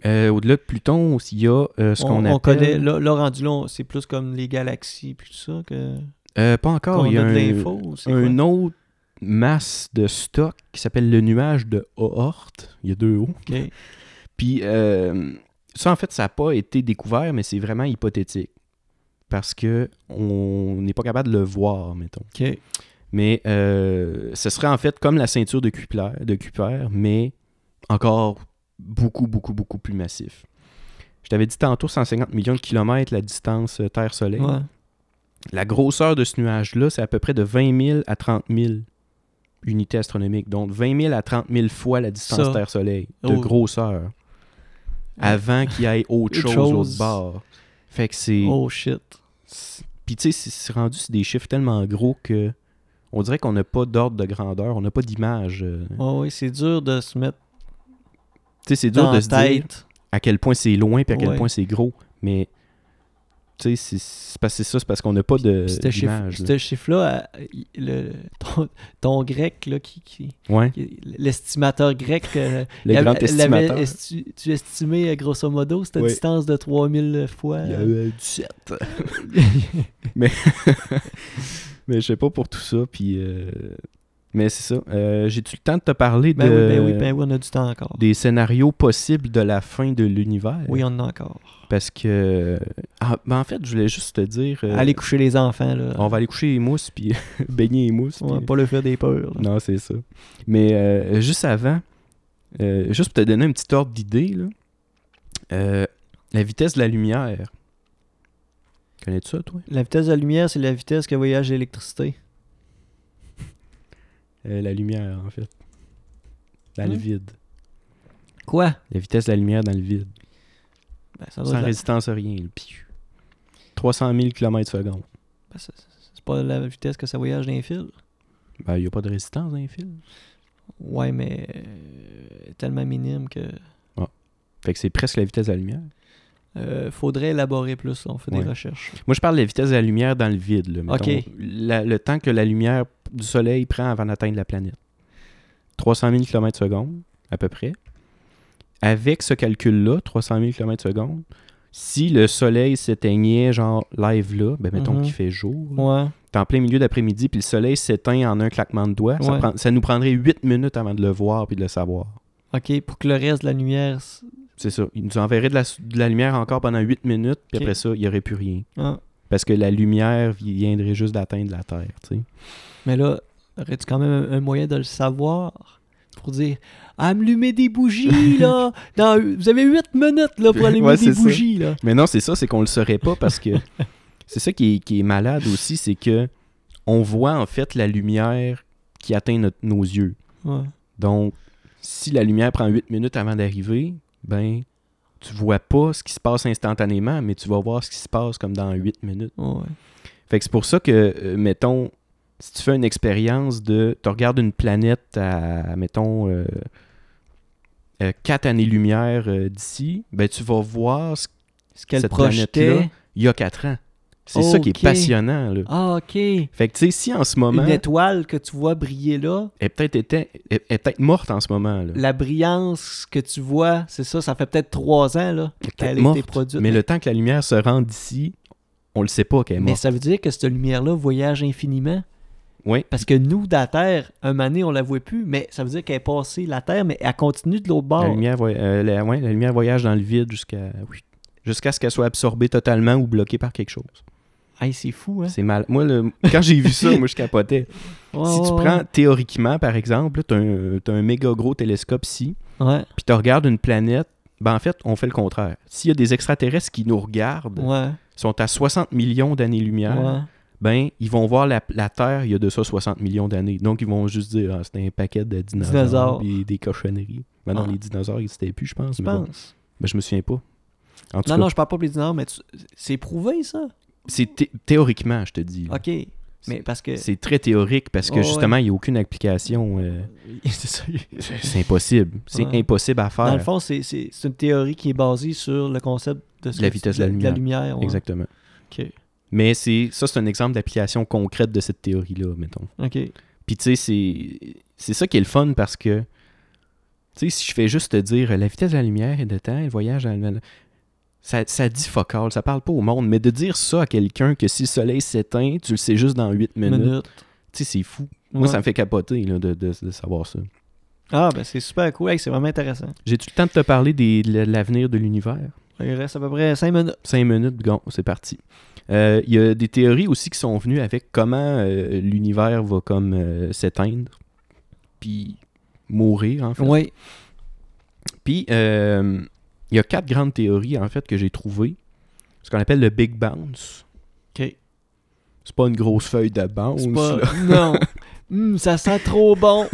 [SPEAKER 2] Euh, Au-delà de Pluton, aussi, il y a euh, ce
[SPEAKER 1] on,
[SPEAKER 2] qu'on
[SPEAKER 1] on
[SPEAKER 2] appelle...
[SPEAKER 1] connaît, là, là, rendu là, on- c'est plus comme les galaxies puis tout ça que
[SPEAKER 2] Euh, pas encore,
[SPEAKER 1] qu'on
[SPEAKER 2] il y
[SPEAKER 1] a
[SPEAKER 2] a
[SPEAKER 1] de
[SPEAKER 2] un,
[SPEAKER 1] l'info. ou c'est
[SPEAKER 2] un
[SPEAKER 1] quoi?
[SPEAKER 2] autre masse de stock qui s'appelle le nuage de Oort. Il y a deux O.
[SPEAKER 1] OK.
[SPEAKER 2] Puis euh, ça, en fait, ça n'a pas été découvert, mais c'est vraiment hypothétique. Parce que on n'est pas capable de le voir, mettons.
[SPEAKER 1] OK.
[SPEAKER 2] Mais euh, ce serait en fait comme la ceinture de Kuiper, de Kuiper, mais encore beaucoup, beaucoup, beaucoup plus massif. Je t'avais dit tantôt 150 millions de kilomètres la distance euh, Terre-Soleil.
[SPEAKER 1] Ouais.
[SPEAKER 2] La grosseur de ce nuage-là, c'est à peu près de 20 000 à 30 000 unités astronomiques. Donc 20 000 à 30 000 fois la distance
[SPEAKER 1] Ça.
[SPEAKER 2] Terre-Soleil de
[SPEAKER 1] Oh.
[SPEAKER 2] grosseur. Avant qu'il y ait autre
[SPEAKER 1] Autre
[SPEAKER 2] chose,
[SPEAKER 1] chose.
[SPEAKER 2] l'autre bord. Fait que c'est.
[SPEAKER 1] Oh shit.
[SPEAKER 2] c'est- Puis tu sais, c'est- c'est rendu, c'est des chiffres tellement gros que on dirait qu'on n'a pas d'ordre de grandeur, on n'a pas d'image. euh.
[SPEAKER 1] Ouais, ouais, c'est dur de se mettre
[SPEAKER 2] Tu sais, c'est dur
[SPEAKER 1] dans
[SPEAKER 2] de
[SPEAKER 1] la
[SPEAKER 2] se dire
[SPEAKER 1] tête.
[SPEAKER 2] à quel point c'est loin puis à quel
[SPEAKER 1] Ouais.
[SPEAKER 2] point c'est gros. Mais tu sais, c'est- c'est parce que c'est ça, c'est parce qu'on n'a pas de
[SPEAKER 1] Puis Ce chiffre-
[SPEAKER 2] d'image. Euh, là.
[SPEAKER 1] ce chiffre-là, euh, il- le- ton, ton grec, là, qui, qui-
[SPEAKER 2] Ouais,
[SPEAKER 1] qui- l'estimateur grec, euh,
[SPEAKER 2] le
[SPEAKER 1] il
[SPEAKER 2] grand
[SPEAKER 1] avait- l'avait
[SPEAKER 2] estimateur.
[SPEAKER 1] esti- tu estimais euh, grosso modo cette
[SPEAKER 2] Oui.
[SPEAKER 1] distance de 3000 fois.
[SPEAKER 2] Il y a
[SPEAKER 1] euh,
[SPEAKER 2] eu du 7. mais, mais je sais pas pour tout ça. Puis, euh, Mais c'est ça. Euh, J'ai-tu le temps de te parler
[SPEAKER 1] ben,
[SPEAKER 2] de-
[SPEAKER 1] oui, ben oui, ben oui, on a du temps encore.
[SPEAKER 2] des scénarios possibles de la fin de l'univers?
[SPEAKER 1] Oui, on en a encore.
[SPEAKER 2] Parce que. ah, ben en fait, je voulais juste te dire. euh,
[SPEAKER 1] Allez coucher les enfants, là.
[SPEAKER 2] On va aller coucher les mousses, puis baigner les mousses.
[SPEAKER 1] On va
[SPEAKER 2] puis-
[SPEAKER 1] pas le faire des peurs. là.
[SPEAKER 2] Non, c'est ça. Mais euh, juste avant, euh, juste pour te donner un petit ordre d'idée, là, euh, la vitesse de la lumière. Connais-tu ça, toi?
[SPEAKER 1] La vitesse de la lumière, c'est la vitesse que voyage l'électricité.
[SPEAKER 2] Euh, la lumière, en fait. Dans le
[SPEAKER 1] Ouais.
[SPEAKER 2] vide.
[SPEAKER 1] Quoi?
[SPEAKER 2] La vitesse de la lumière dans le vide.
[SPEAKER 1] Ben, ça doit
[SPEAKER 2] Sans
[SPEAKER 1] être la-
[SPEAKER 2] résistance à rien. là. Piou. 300 000 km secondes.
[SPEAKER 1] ben, ça- ça- C'est pas la vitesse que ça voyage dans les fils.
[SPEAKER 2] Ben, il n'y a pas de résistance dans les fils.
[SPEAKER 1] Ouais, mais euh, tellement minime que
[SPEAKER 2] Fait que c'est presque la vitesse de la lumière.
[SPEAKER 1] euh, faudrait élaborer plus. là. On fait
[SPEAKER 2] Ouais.
[SPEAKER 1] des recherches.
[SPEAKER 2] Moi, je parle de la vitesse de la lumière dans le vide. là, mettons.
[SPEAKER 1] Ok.
[SPEAKER 2] La- le temps que la lumière du soleil prend avant d'atteindre la planète. 300 000 km secondes, à peu près. Avec ce calcul-là, 300 000 km secondes, si le soleil s'éteignait, genre live là, ben mettons
[SPEAKER 1] Mhm.
[SPEAKER 2] qu'il fait jour, là.
[SPEAKER 1] Ouais.
[SPEAKER 2] t'es en plein milieu d'après-midi, puis le soleil s'éteint en un claquement de doigts, ça,
[SPEAKER 1] Ouais.
[SPEAKER 2] prend- ça nous prendrait 8 minutes avant de le voir puis de le savoir.
[SPEAKER 1] OK, pour que le reste de la lumière. s-
[SPEAKER 2] C'est ça. Il nous enverrait de la, de la lumière encore pendant 8 minutes, puis
[SPEAKER 1] Ok.
[SPEAKER 2] après ça, il n'y aurait plus rien.
[SPEAKER 1] Ah.
[SPEAKER 2] Parce que la lumière viendrait juste d'atteindre la Terre, tu sais.
[SPEAKER 1] Mais là, aurais-tu quand même un, un moyen de le savoir pour dire allumez des bougies là dans- Vous avez 8 minutes là, pour allumer
[SPEAKER 2] Ouais,
[SPEAKER 1] des
[SPEAKER 2] c'est ça.
[SPEAKER 1] bougies là.
[SPEAKER 2] Mais non, c'est ça, c'est qu'on le saurait pas parce que c'est ça qui est, qui est malade aussi, c'est que on voit en fait la lumière qui atteint notre- nos yeux.
[SPEAKER 1] Ouais.
[SPEAKER 2] Donc, si la lumière prend 8 minutes avant d'arriver, ben tu vois pas ce qui se passe instantanément, mais tu vas voir ce qui se passe comme dans 8 minutes.
[SPEAKER 1] Ouais.
[SPEAKER 2] Fait que c'est pour ça que, euh, mettons, si tu fais une expérience de. Tu regardes une planète à, mettons, 4 années-lumière euh, d'ici, ben tu vas voir ce
[SPEAKER 1] Ce qu'elle
[SPEAKER 2] Cette planète-là.
[SPEAKER 1] projetait.
[SPEAKER 2] il y a 4 ans. C'est ça qui est
[SPEAKER 1] Ok.
[SPEAKER 2] passionnant. Là.
[SPEAKER 1] Ah, OK.
[SPEAKER 2] Fait que, tu sais, si en ce moment,
[SPEAKER 1] Une étoile que tu vois briller là,
[SPEAKER 2] elle peut-être était, elle- elle est peut-être morte en ce moment. Là.
[SPEAKER 1] la brillance que tu vois, c'est ça, ça fait peut-être 3 ans là.
[SPEAKER 2] Elle est peut-être
[SPEAKER 1] qu'elle a été
[SPEAKER 2] morte,
[SPEAKER 1] produite.
[SPEAKER 2] Mais le temps que la lumière se rende ici, on le sait pas qu'elle est
[SPEAKER 1] Mais
[SPEAKER 2] morte.
[SPEAKER 1] ça veut dire que cette lumière-là voyage infiniment.
[SPEAKER 2] Oui.
[SPEAKER 1] Parce que nous, de la Terre, un mané, on la voit plus, mais ça veut dire qu'elle est passée la Terre, mais elle continue de l'autre bord.
[SPEAKER 2] La, lumière voy- euh, la- ouais, la lumière voyage dans le vide jusqu'à oui, jusqu'à ce qu'elle soit absorbée totalement ou bloquée par quelque chose.
[SPEAKER 1] Hey, c'est fou, hein?
[SPEAKER 2] C'est mal. Moi, le- quand j'ai vu ça, moi, je capotais.
[SPEAKER 1] Ouais,
[SPEAKER 2] si tu
[SPEAKER 1] ouais,
[SPEAKER 2] prends théoriquement, par exemple, tu as, un méga gros télescope ici,
[SPEAKER 1] Ouais,
[SPEAKER 2] puis tu regardes une planète, ben en fait, on fait le contraire. S'il y a des extraterrestres qui nous regardent,
[SPEAKER 1] ouais,
[SPEAKER 2] sont à 60 millions d'années-lumière,
[SPEAKER 1] ouais.
[SPEAKER 2] ben ils vont voir la, la Terre il y a de ça 60 millions d'années. Donc ils vont juste dire ah, c'était un paquet de dinosaures
[SPEAKER 1] Dinosaures.
[SPEAKER 2] et des cochonneries. Ben non,
[SPEAKER 1] Ah.
[SPEAKER 2] les dinosaures, ils n'existaient plus, je pense.
[SPEAKER 1] Tu
[SPEAKER 2] mais bon.
[SPEAKER 1] penses?
[SPEAKER 2] Ben, je me souviens pas. En tout
[SPEAKER 1] Non,
[SPEAKER 2] cas,
[SPEAKER 1] non, je parle pas plus dinosaures, mais tu- c'est prouvé, ça?
[SPEAKER 2] c'est thé- théoriquement, je te dis. là.
[SPEAKER 1] OK. Mais parce que...
[SPEAKER 2] C'est très théorique parce que
[SPEAKER 1] Oh,
[SPEAKER 2] justement, il n'y a aucune application. euh,
[SPEAKER 1] c'est ça.
[SPEAKER 2] c'est impossible. C'est
[SPEAKER 1] Ouais.
[SPEAKER 2] impossible à
[SPEAKER 1] Dans le
[SPEAKER 2] faire.
[SPEAKER 1] fond, c'est c'est- c'est une théorie qui est basée sur le concept de... ce
[SPEAKER 2] La
[SPEAKER 1] que-
[SPEAKER 2] vitesse de la lumière.
[SPEAKER 1] ouais.
[SPEAKER 2] Exactement.
[SPEAKER 1] OK.
[SPEAKER 2] Mais c'est ça, c'est un exemple d'application concrète de cette théorie-là, mettons.
[SPEAKER 1] OK.
[SPEAKER 2] Puis tu sais, c'est- c'est ça qui est le fun parce que, tu sais, si je fais juste te dire euh, la vitesse de la lumière et de temps, le voyage dans le... Ça, ça dit focal, ça parle pas au monde, mais de dire ça à quelqu'un que si le soleil s'éteint, tu le sais juste dans 8 minutes,
[SPEAKER 1] Minute.
[SPEAKER 2] tu sais, c'est fou.
[SPEAKER 1] Ouais.
[SPEAKER 2] Moi, ça me fait capoter là, de, de- de savoir ça.
[SPEAKER 1] Ah, ben c'est super cool. Hey, c'est vraiment intéressant.
[SPEAKER 2] J'ai tout le temps de te parler des- de l'avenir de l'univers.
[SPEAKER 1] Il reste à peu près 5 minutes.
[SPEAKER 2] 5 minutes, bon, c'est parti. Euh, Il y a des théories aussi qui sont venues avec comment euh, l'univers va comme euh, s'éteindre, puis mourir en fait.
[SPEAKER 1] Oui.
[SPEAKER 2] Puis, euh, il y a quatre grandes théories, en fait, que j'ai trouvées. Ce qu'on appelle le Big Bounce.
[SPEAKER 1] OK.
[SPEAKER 2] C'est pas une grosse feuille de bounce.
[SPEAKER 1] C'est pas...
[SPEAKER 2] là.
[SPEAKER 1] Non. Hum, ça sent trop bon.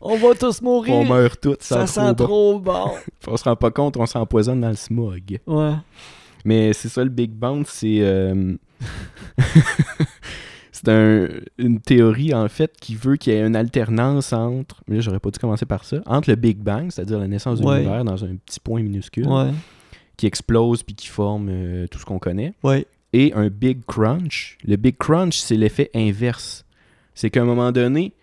[SPEAKER 1] On va tous mourir.
[SPEAKER 2] On meurt toutes, ben, ça,
[SPEAKER 1] ça sent trop bon.
[SPEAKER 2] On se rend pas compte, on s'empoisonne dans le smog.
[SPEAKER 1] Ouais.
[SPEAKER 2] Mais c'est ça, le Big Bounce, c'est... euh, c'est un- une théorie, en fait, qui veut qu'il y ait une alternance entre... Mais là, j'aurais pas dû commencer par ça. Entre le Big Bang, c'est-à-dire la naissance de
[SPEAKER 1] Ouais.
[SPEAKER 2] l'univers dans un petit point minuscule,
[SPEAKER 1] Ouais.
[SPEAKER 2] qui explose puis qui forme euh, tout ce qu'on connaît.
[SPEAKER 1] Ouais.
[SPEAKER 2] et un big crunch. Le big crunch, c'est l'effet inverse. C'est qu'à un moment donné,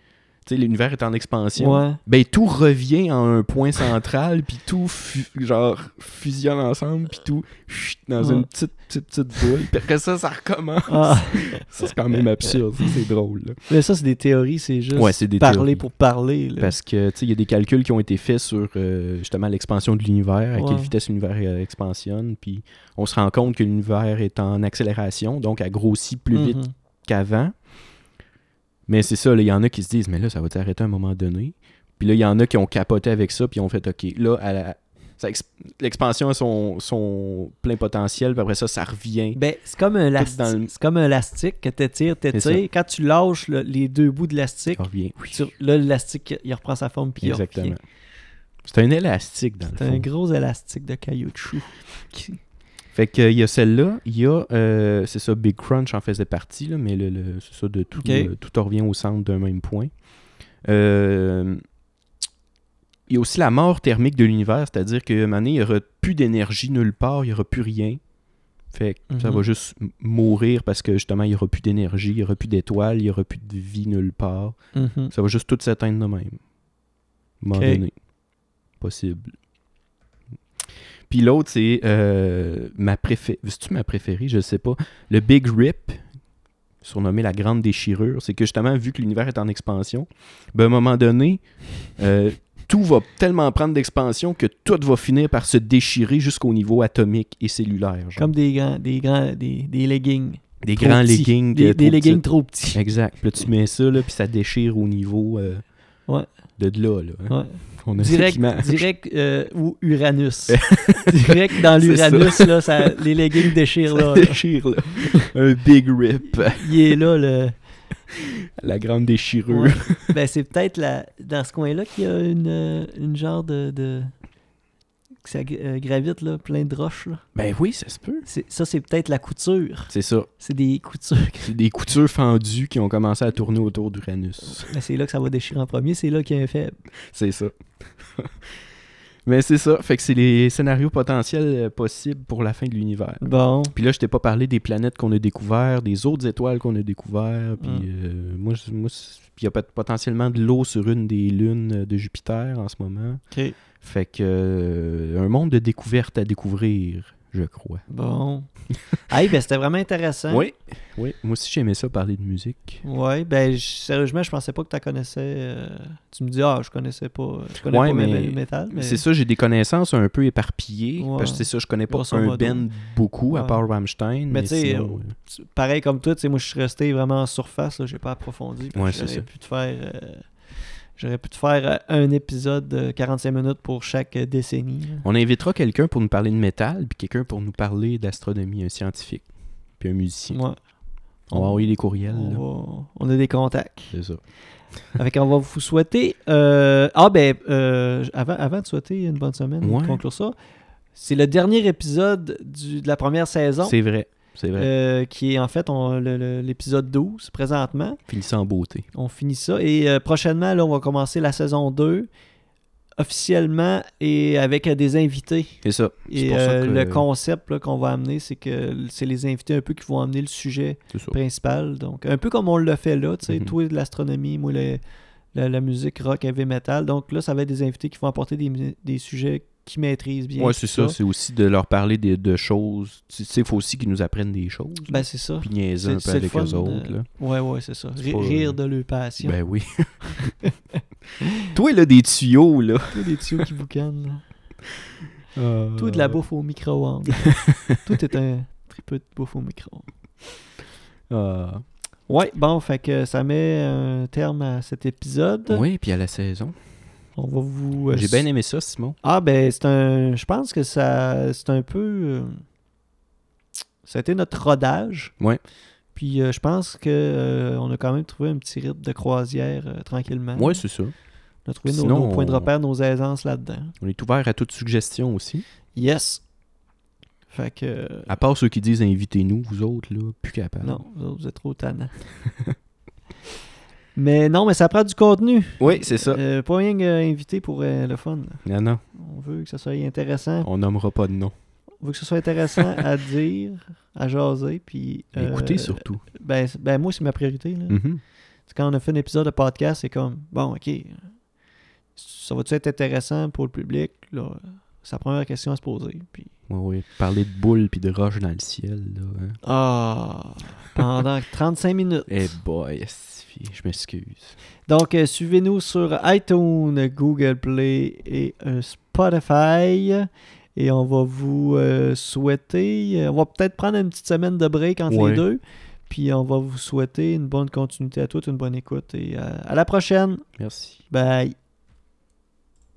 [SPEAKER 2] tu sais, l'univers est en expansion.
[SPEAKER 1] Ouais.
[SPEAKER 2] Ben, tout revient en un point central, puis tout fu- genre fusionne ensemble, puis tout chut, dans
[SPEAKER 1] Ouais.
[SPEAKER 2] une petite, petite, petite boule. Puis après ça, ça recommence.
[SPEAKER 1] Ah,
[SPEAKER 2] Ça, c'est quand même absurde. Ça, c'est drôle. là.
[SPEAKER 1] mais ça, c'est des théories, c'est juste
[SPEAKER 2] Ouais, c'est des
[SPEAKER 1] parler
[SPEAKER 2] théories.
[SPEAKER 1] pour parler. là.
[SPEAKER 2] Parce que, tu sais, il y a des calculs qui ont été faits sur euh, justement l'expansion de l'univers, à quelle
[SPEAKER 1] Ouais.
[SPEAKER 2] vitesse l'univers euh, expansionne, puis on se rend compte que l'univers est en accélération, donc a grossi plus vite
[SPEAKER 1] Mhm.
[SPEAKER 2] qu'avant. Mais c'est ça, là, il y en a qui se disent, mais là, ça va t'arrêter à un moment donné. Puis là, il y en a qui ont capoté avec ça, puis ont fait, OK, là, à la- ça ex- l'expansion a son, son plein potentiel, puis après ça, ça revient.
[SPEAKER 1] Ben, c'est comme un
[SPEAKER 2] Tout dans
[SPEAKER 1] lastique.
[SPEAKER 2] le-
[SPEAKER 1] C'est comme un lastique que t'étires,
[SPEAKER 2] C'est
[SPEAKER 1] t'étires. Quand tu lâches le- les deux bouts de lastique,
[SPEAKER 2] Ça revient. Oui,
[SPEAKER 1] tu- là, le lastique, il reprend sa forme. Puis il
[SPEAKER 2] exactement.
[SPEAKER 1] revient.
[SPEAKER 2] C'est un élastique, dans le
[SPEAKER 1] C'est un
[SPEAKER 2] fond.
[SPEAKER 1] gros élastique de caoutchouc.
[SPEAKER 2] Fait que euh, il y a celle-là, il y a euh, c'est ça, Big Crunch en faisait partie, là, mais le, le- c'est ça de tout,
[SPEAKER 1] Ok.
[SPEAKER 2] euh, tout en revient au centre d'un même point. Euh, il y a aussi la mort thermique de l'univers, c'est-à-dire que Mané, il n'y aura plus d'énergie nulle part, il n'y aura plus rien. Fait que ça
[SPEAKER 1] Mhm.
[SPEAKER 2] va juste m- mourir parce que justement, il n'y aura plus d'énergie, il n'y aura plus d'étoiles, il n'y aura plus de vie nulle part.
[SPEAKER 1] Mhm.
[SPEAKER 2] Ça va juste tout s'éteindre de même. À un moment
[SPEAKER 1] Ok.
[SPEAKER 2] donné. Possible. Puis l'autre, c'est euh, ma préférée. C'est-tu ma préférée? Je sais pas. Le Big Rip, surnommé la Grande Déchirure, c'est que justement, vu que l'univers est en expansion, ben, à un moment donné, euh, tout va tellement prendre d'expansion que tout va finir par se déchirer jusqu'au niveau atomique et cellulaire. genre.
[SPEAKER 1] Comme des grands, des grands, des, des leggings.
[SPEAKER 2] des
[SPEAKER 1] trop
[SPEAKER 2] grands
[SPEAKER 1] petits.
[SPEAKER 2] leggings. euh,
[SPEAKER 1] Des, des
[SPEAKER 2] trop
[SPEAKER 1] leggings
[SPEAKER 2] petits.
[SPEAKER 1] trop petits.
[SPEAKER 2] Exact. Puis là, tu mets ça, là, puis ça déchire au niveau euh,
[SPEAKER 1] Ouais.
[SPEAKER 2] de, de là. là hein.
[SPEAKER 1] Ouais.
[SPEAKER 2] On a cette
[SPEAKER 1] Direct,
[SPEAKER 2] image.
[SPEAKER 1] direct euh, ou Uranus. direct dans
[SPEAKER 2] C'est ça.
[SPEAKER 1] l'Uranus, là, ça, les leggings déchirent là, là.
[SPEAKER 2] déchire, là. Un big rip.
[SPEAKER 1] Il est là, le.
[SPEAKER 2] La grande déchirure.
[SPEAKER 1] Ouais. Ben, c'est peut-être la... dans ce coin-là qu'il y a une, euh, une genre de. de- que ça gra- euh, gravite, là, plein de roches. Là.
[SPEAKER 2] Ben oui, ça se peut.
[SPEAKER 1] C'est- Ça, c'est peut-être la couture.
[SPEAKER 2] C'est ça.
[SPEAKER 1] C'est des coutures.
[SPEAKER 2] C'est des coutures fendues qui ont commencé à tourner autour d'Uranus.
[SPEAKER 1] Ben, c'est là que ça va déchirer en premier. C'est là qu'il y a un faible.
[SPEAKER 2] C'est ça. Mais c'est ça. Fait que c'est les scénarios potentiels euh, possibles pour la fin de l'univers.
[SPEAKER 1] Bon.
[SPEAKER 2] Puis là, je t'ai pas parlé des planètes qu'on a découvertes, des autres étoiles qu'on a découvertes. Puis
[SPEAKER 1] Mm.
[SPEAKER 2] euh, moi, je- moi, c'est- puis il y a peut- potentiellement de l'eau sur une des lunes euh, de Jupiter en ce moment.
[SPEAKER 1] OK.
[SPEAKER 2] Fait que euh, un monde de découvertes à découvrir, je crois.
[SPEAKER 1] Bon. Hey, ben, c'était vraiment intéressant.
[SPEAKER 2] Oui. Oui, moi aussi j'aimais ça parler de musique.
[SPEAKER 1] Ouais, ben, je- sérieusement, je pensais pas que tu connaissais. euh, Tu me dis, ah, je connaissais pas. euh, Je connais
[SPEAKER 2] Ouais,
[SPEAKER 1] pas
[SPEAKER 2] mais-
[SPEAKER 1] mais... le métal. Mais...
[SPEAKER 2] C'est ça, j'ai des connaissances un peu éparpillées.
[SPEAKER 1] Ouais.
[SPEAKER 2] Parce que c'est ça, je connais pas
[SPEAKER 1] Grosso
[SPEAKER 2] un
[SPEAKER 1] modo.
[SPEAKER 2] band beaucoup à
[SPEAKER 1] Ouais.
[SPEAKER 2] part Rammstein. Mais,
[SPEAKER 1] Mais tu sais,
[SPEAKER 2] sinon, euh,
[SPEAKER 1] Tu- pareil comme toi, tu sais, moi je suis resté vraiment en surface, là, j'ai pas approfondi. puis
[SPEAKER 2] Ouais, c'est
[SPEAKER 1] j'aurais
[SPEAKER 2] ça.
[SPEAKER 1] pu te faire euh, j'aurais pu te faire euh, un épisode de 45 minutes pour chaque euh, décennie. là.
[SPEAKER 2] on invitera quelqu'un pour nous parler de métal, puis quelqu'un pour nous parler d'astronomie, un scientifique, puis un musicien.
[SPEAKER 1] Ouais,
[SPEAKER 2] On va
[SPEAKER 1] Oh.
[SPEAKER 2] envoyer les courriels.
[SPEAKER 1] on,
[SPEAKER 2] là.
[SPEAKER 1] va- on a des contacts.
[SPEAKER 2] C'est ça.
[SPEAKER 1] Avec on va vous souhaiter euh, ah ben euh, avant, avant de souhaiter une bonne semaine
[SPEAKER 2] Ouais.
[SPEAKER 1] de conclure ça, c'est le dernier épisode du- de la première saison.
[SPEAKER 2] C'est vrai. C'est vrai.
[SPEAKER 1] euh, qui est en fait on- le- le- l'épisode 12 présentement.
[SPEAKER 2] Finissant en beauté.
[SPEAKER 1] On finit ça. Et euh, prochainement, là, on va commencer la saison 2 officiellement et avec euh, des invités.
[SPEAKER 2] C'est ça. C'est
[SPEAKER 1] Et
[SPEAKER 2] pour ça
[SPEAKER 1] euh,
[SPEAKER 2] que-
[SPEAKER 1] le concept là, qu'on va amener, c'est que c'est les invités un peu qui vont amener le sujet
[SPEAKER 2] C'est ça.
[SPEAKER 1] principal. Donc, un peu comme on le fait là, tu sais,
[SPEAKER 2] Mhm.
[SPEAKER 1] toi de l'astronomie, moi le- la, la musique rock, heavy metal. Donc là, ça va être des invités qui vont apporter des, mu- des sujets qu'ils maîtrisent bien.
[SPEAKER 2] Ouais,
[SPEAKER 1] tout
[SPEAKER 2] c'est ça. C'est aussi de leur parler de, de choses. Tu sais, il faut aussi qu'ils nous apprennent des choses.
[SPEAKER 1] Ben, c'est ça.
[SPEAKER 2] puis niaiser
[SPEAKER 1] c'est-
[SPEAKER 2] un peu
[SPEAKER 1] c'est le
[SPEAKER 2] avec
[SPEAKER 1] fun,
[SPEAKER 2] eux autres.
[SPEAKER 1] euh,
[SPEAKER 2] là.
[SPEAKER 1] Ouais, ouais, c'est ça.
[SPEAKER 2] C'est
[SPEAKER 1] Ri-
[SPEAKER 2] pas- euh,
[SPEAKER 1] Rire de leur passion.
[SPEAKER 2] Ben oui. Toi, là, des tuyaux, là.
[SPEAKER 1] Tous les tuyaux qui boucanent. là. Tout de
[SPEAKER 2] Euh.
[SPEAKER 1] la bouffe au micro-ondes. Tout est un tripeux de bouffe au micro-ondes.
[SPEAKER 2] Ah.
[SPEAKER 1] Ouais, bon, fait que ça met un terme à cet épisode.
[SPEAKER 2] Oui, puis à la saison.
[SPEAKER 1] On va vous. euh,
[SPEAKER 2] J'ai bien aimé ça, Simon.
[SPEAKER 1] Ah, ben, c'est un. Je pense que ça. C'est un peu. euh, Ça a été notre rodage.
[SPEAKER 2] Ouais.
[SPEAKER 1] Puis euh, je pense que euh, on a quand même trouvé un petit rythme de croisière euh, tranquillement.
[SPEAKER 2] Oui, c'est ça.
[SPEAKER 1] On a trouvé nos,
[SPEAKER 2] Sinon,
[SPEAKER 1] nos points de
[SPEAKER 2] on-
[SPEAKER 1] repère, nos aisances là-dedans.
[SPEAKER 2] On est ouvert à toute suggestion aussi.
[SPEAKER 1] Yes. Fait que. euh,
[SPEAKER 2] À part ceux qui disent invitez-nous, vous autres, là, plus capables.
[SPEAKER 1] Non, vous, autres, vous êtes trop tannants. mais non, mais ça prend du contenu.
[SPEAKER 2] Oui, c'est ça.
[SPEAKER 1] Euh, pas rien invité pour euh, le fun.
[SPEAKER 2] Non, non.
[SPEAKER 1] On veut que ça soit intéressant.
[SPEAKER 2] On nommera pas de nom.
[SPEAKER 1] On veut que ce soit intéressant à dire, à jaser, puis... euh,
[SPEAKER 2] Écoutez surtout.
[SPEAKER 1] Ben, c'est- ben, moi, c'est ma priorité. Là.
[SPEAKER 2] Mhm.
[SPEAKER 1] C'est Quand on a fait un épisode de podcast, c'est comme, bon, OK, ça va-tu être intéressant pour le public? Là? C'est la première question à se poser. Puis,
[SPEAKER 2] Oui, oui. Parler de boules puis de roches dans le ciel, là. hein.
[SPEAKER 1] ah, pendant 35 minutes.
[SPEAKER 2] Eh boy, esti, je m'excuse.
[SPEAKER 1] Donc, euh, suivez-nous sur iTunes, Google Play et euh, Spotify. Et on va vous euh, souhaiter. euh, on va peut-être prendre une petite semaine de break entre
[SPEAKER 2] Ouais.
[SPEAKER 1] les deux. Puis on va vous souhaiter une bonne continuité à toutes, une bonne écoute. Et euh, à la prochaine.
[SPEAKER 2] Merci.
[SPEAKER 1] Bye.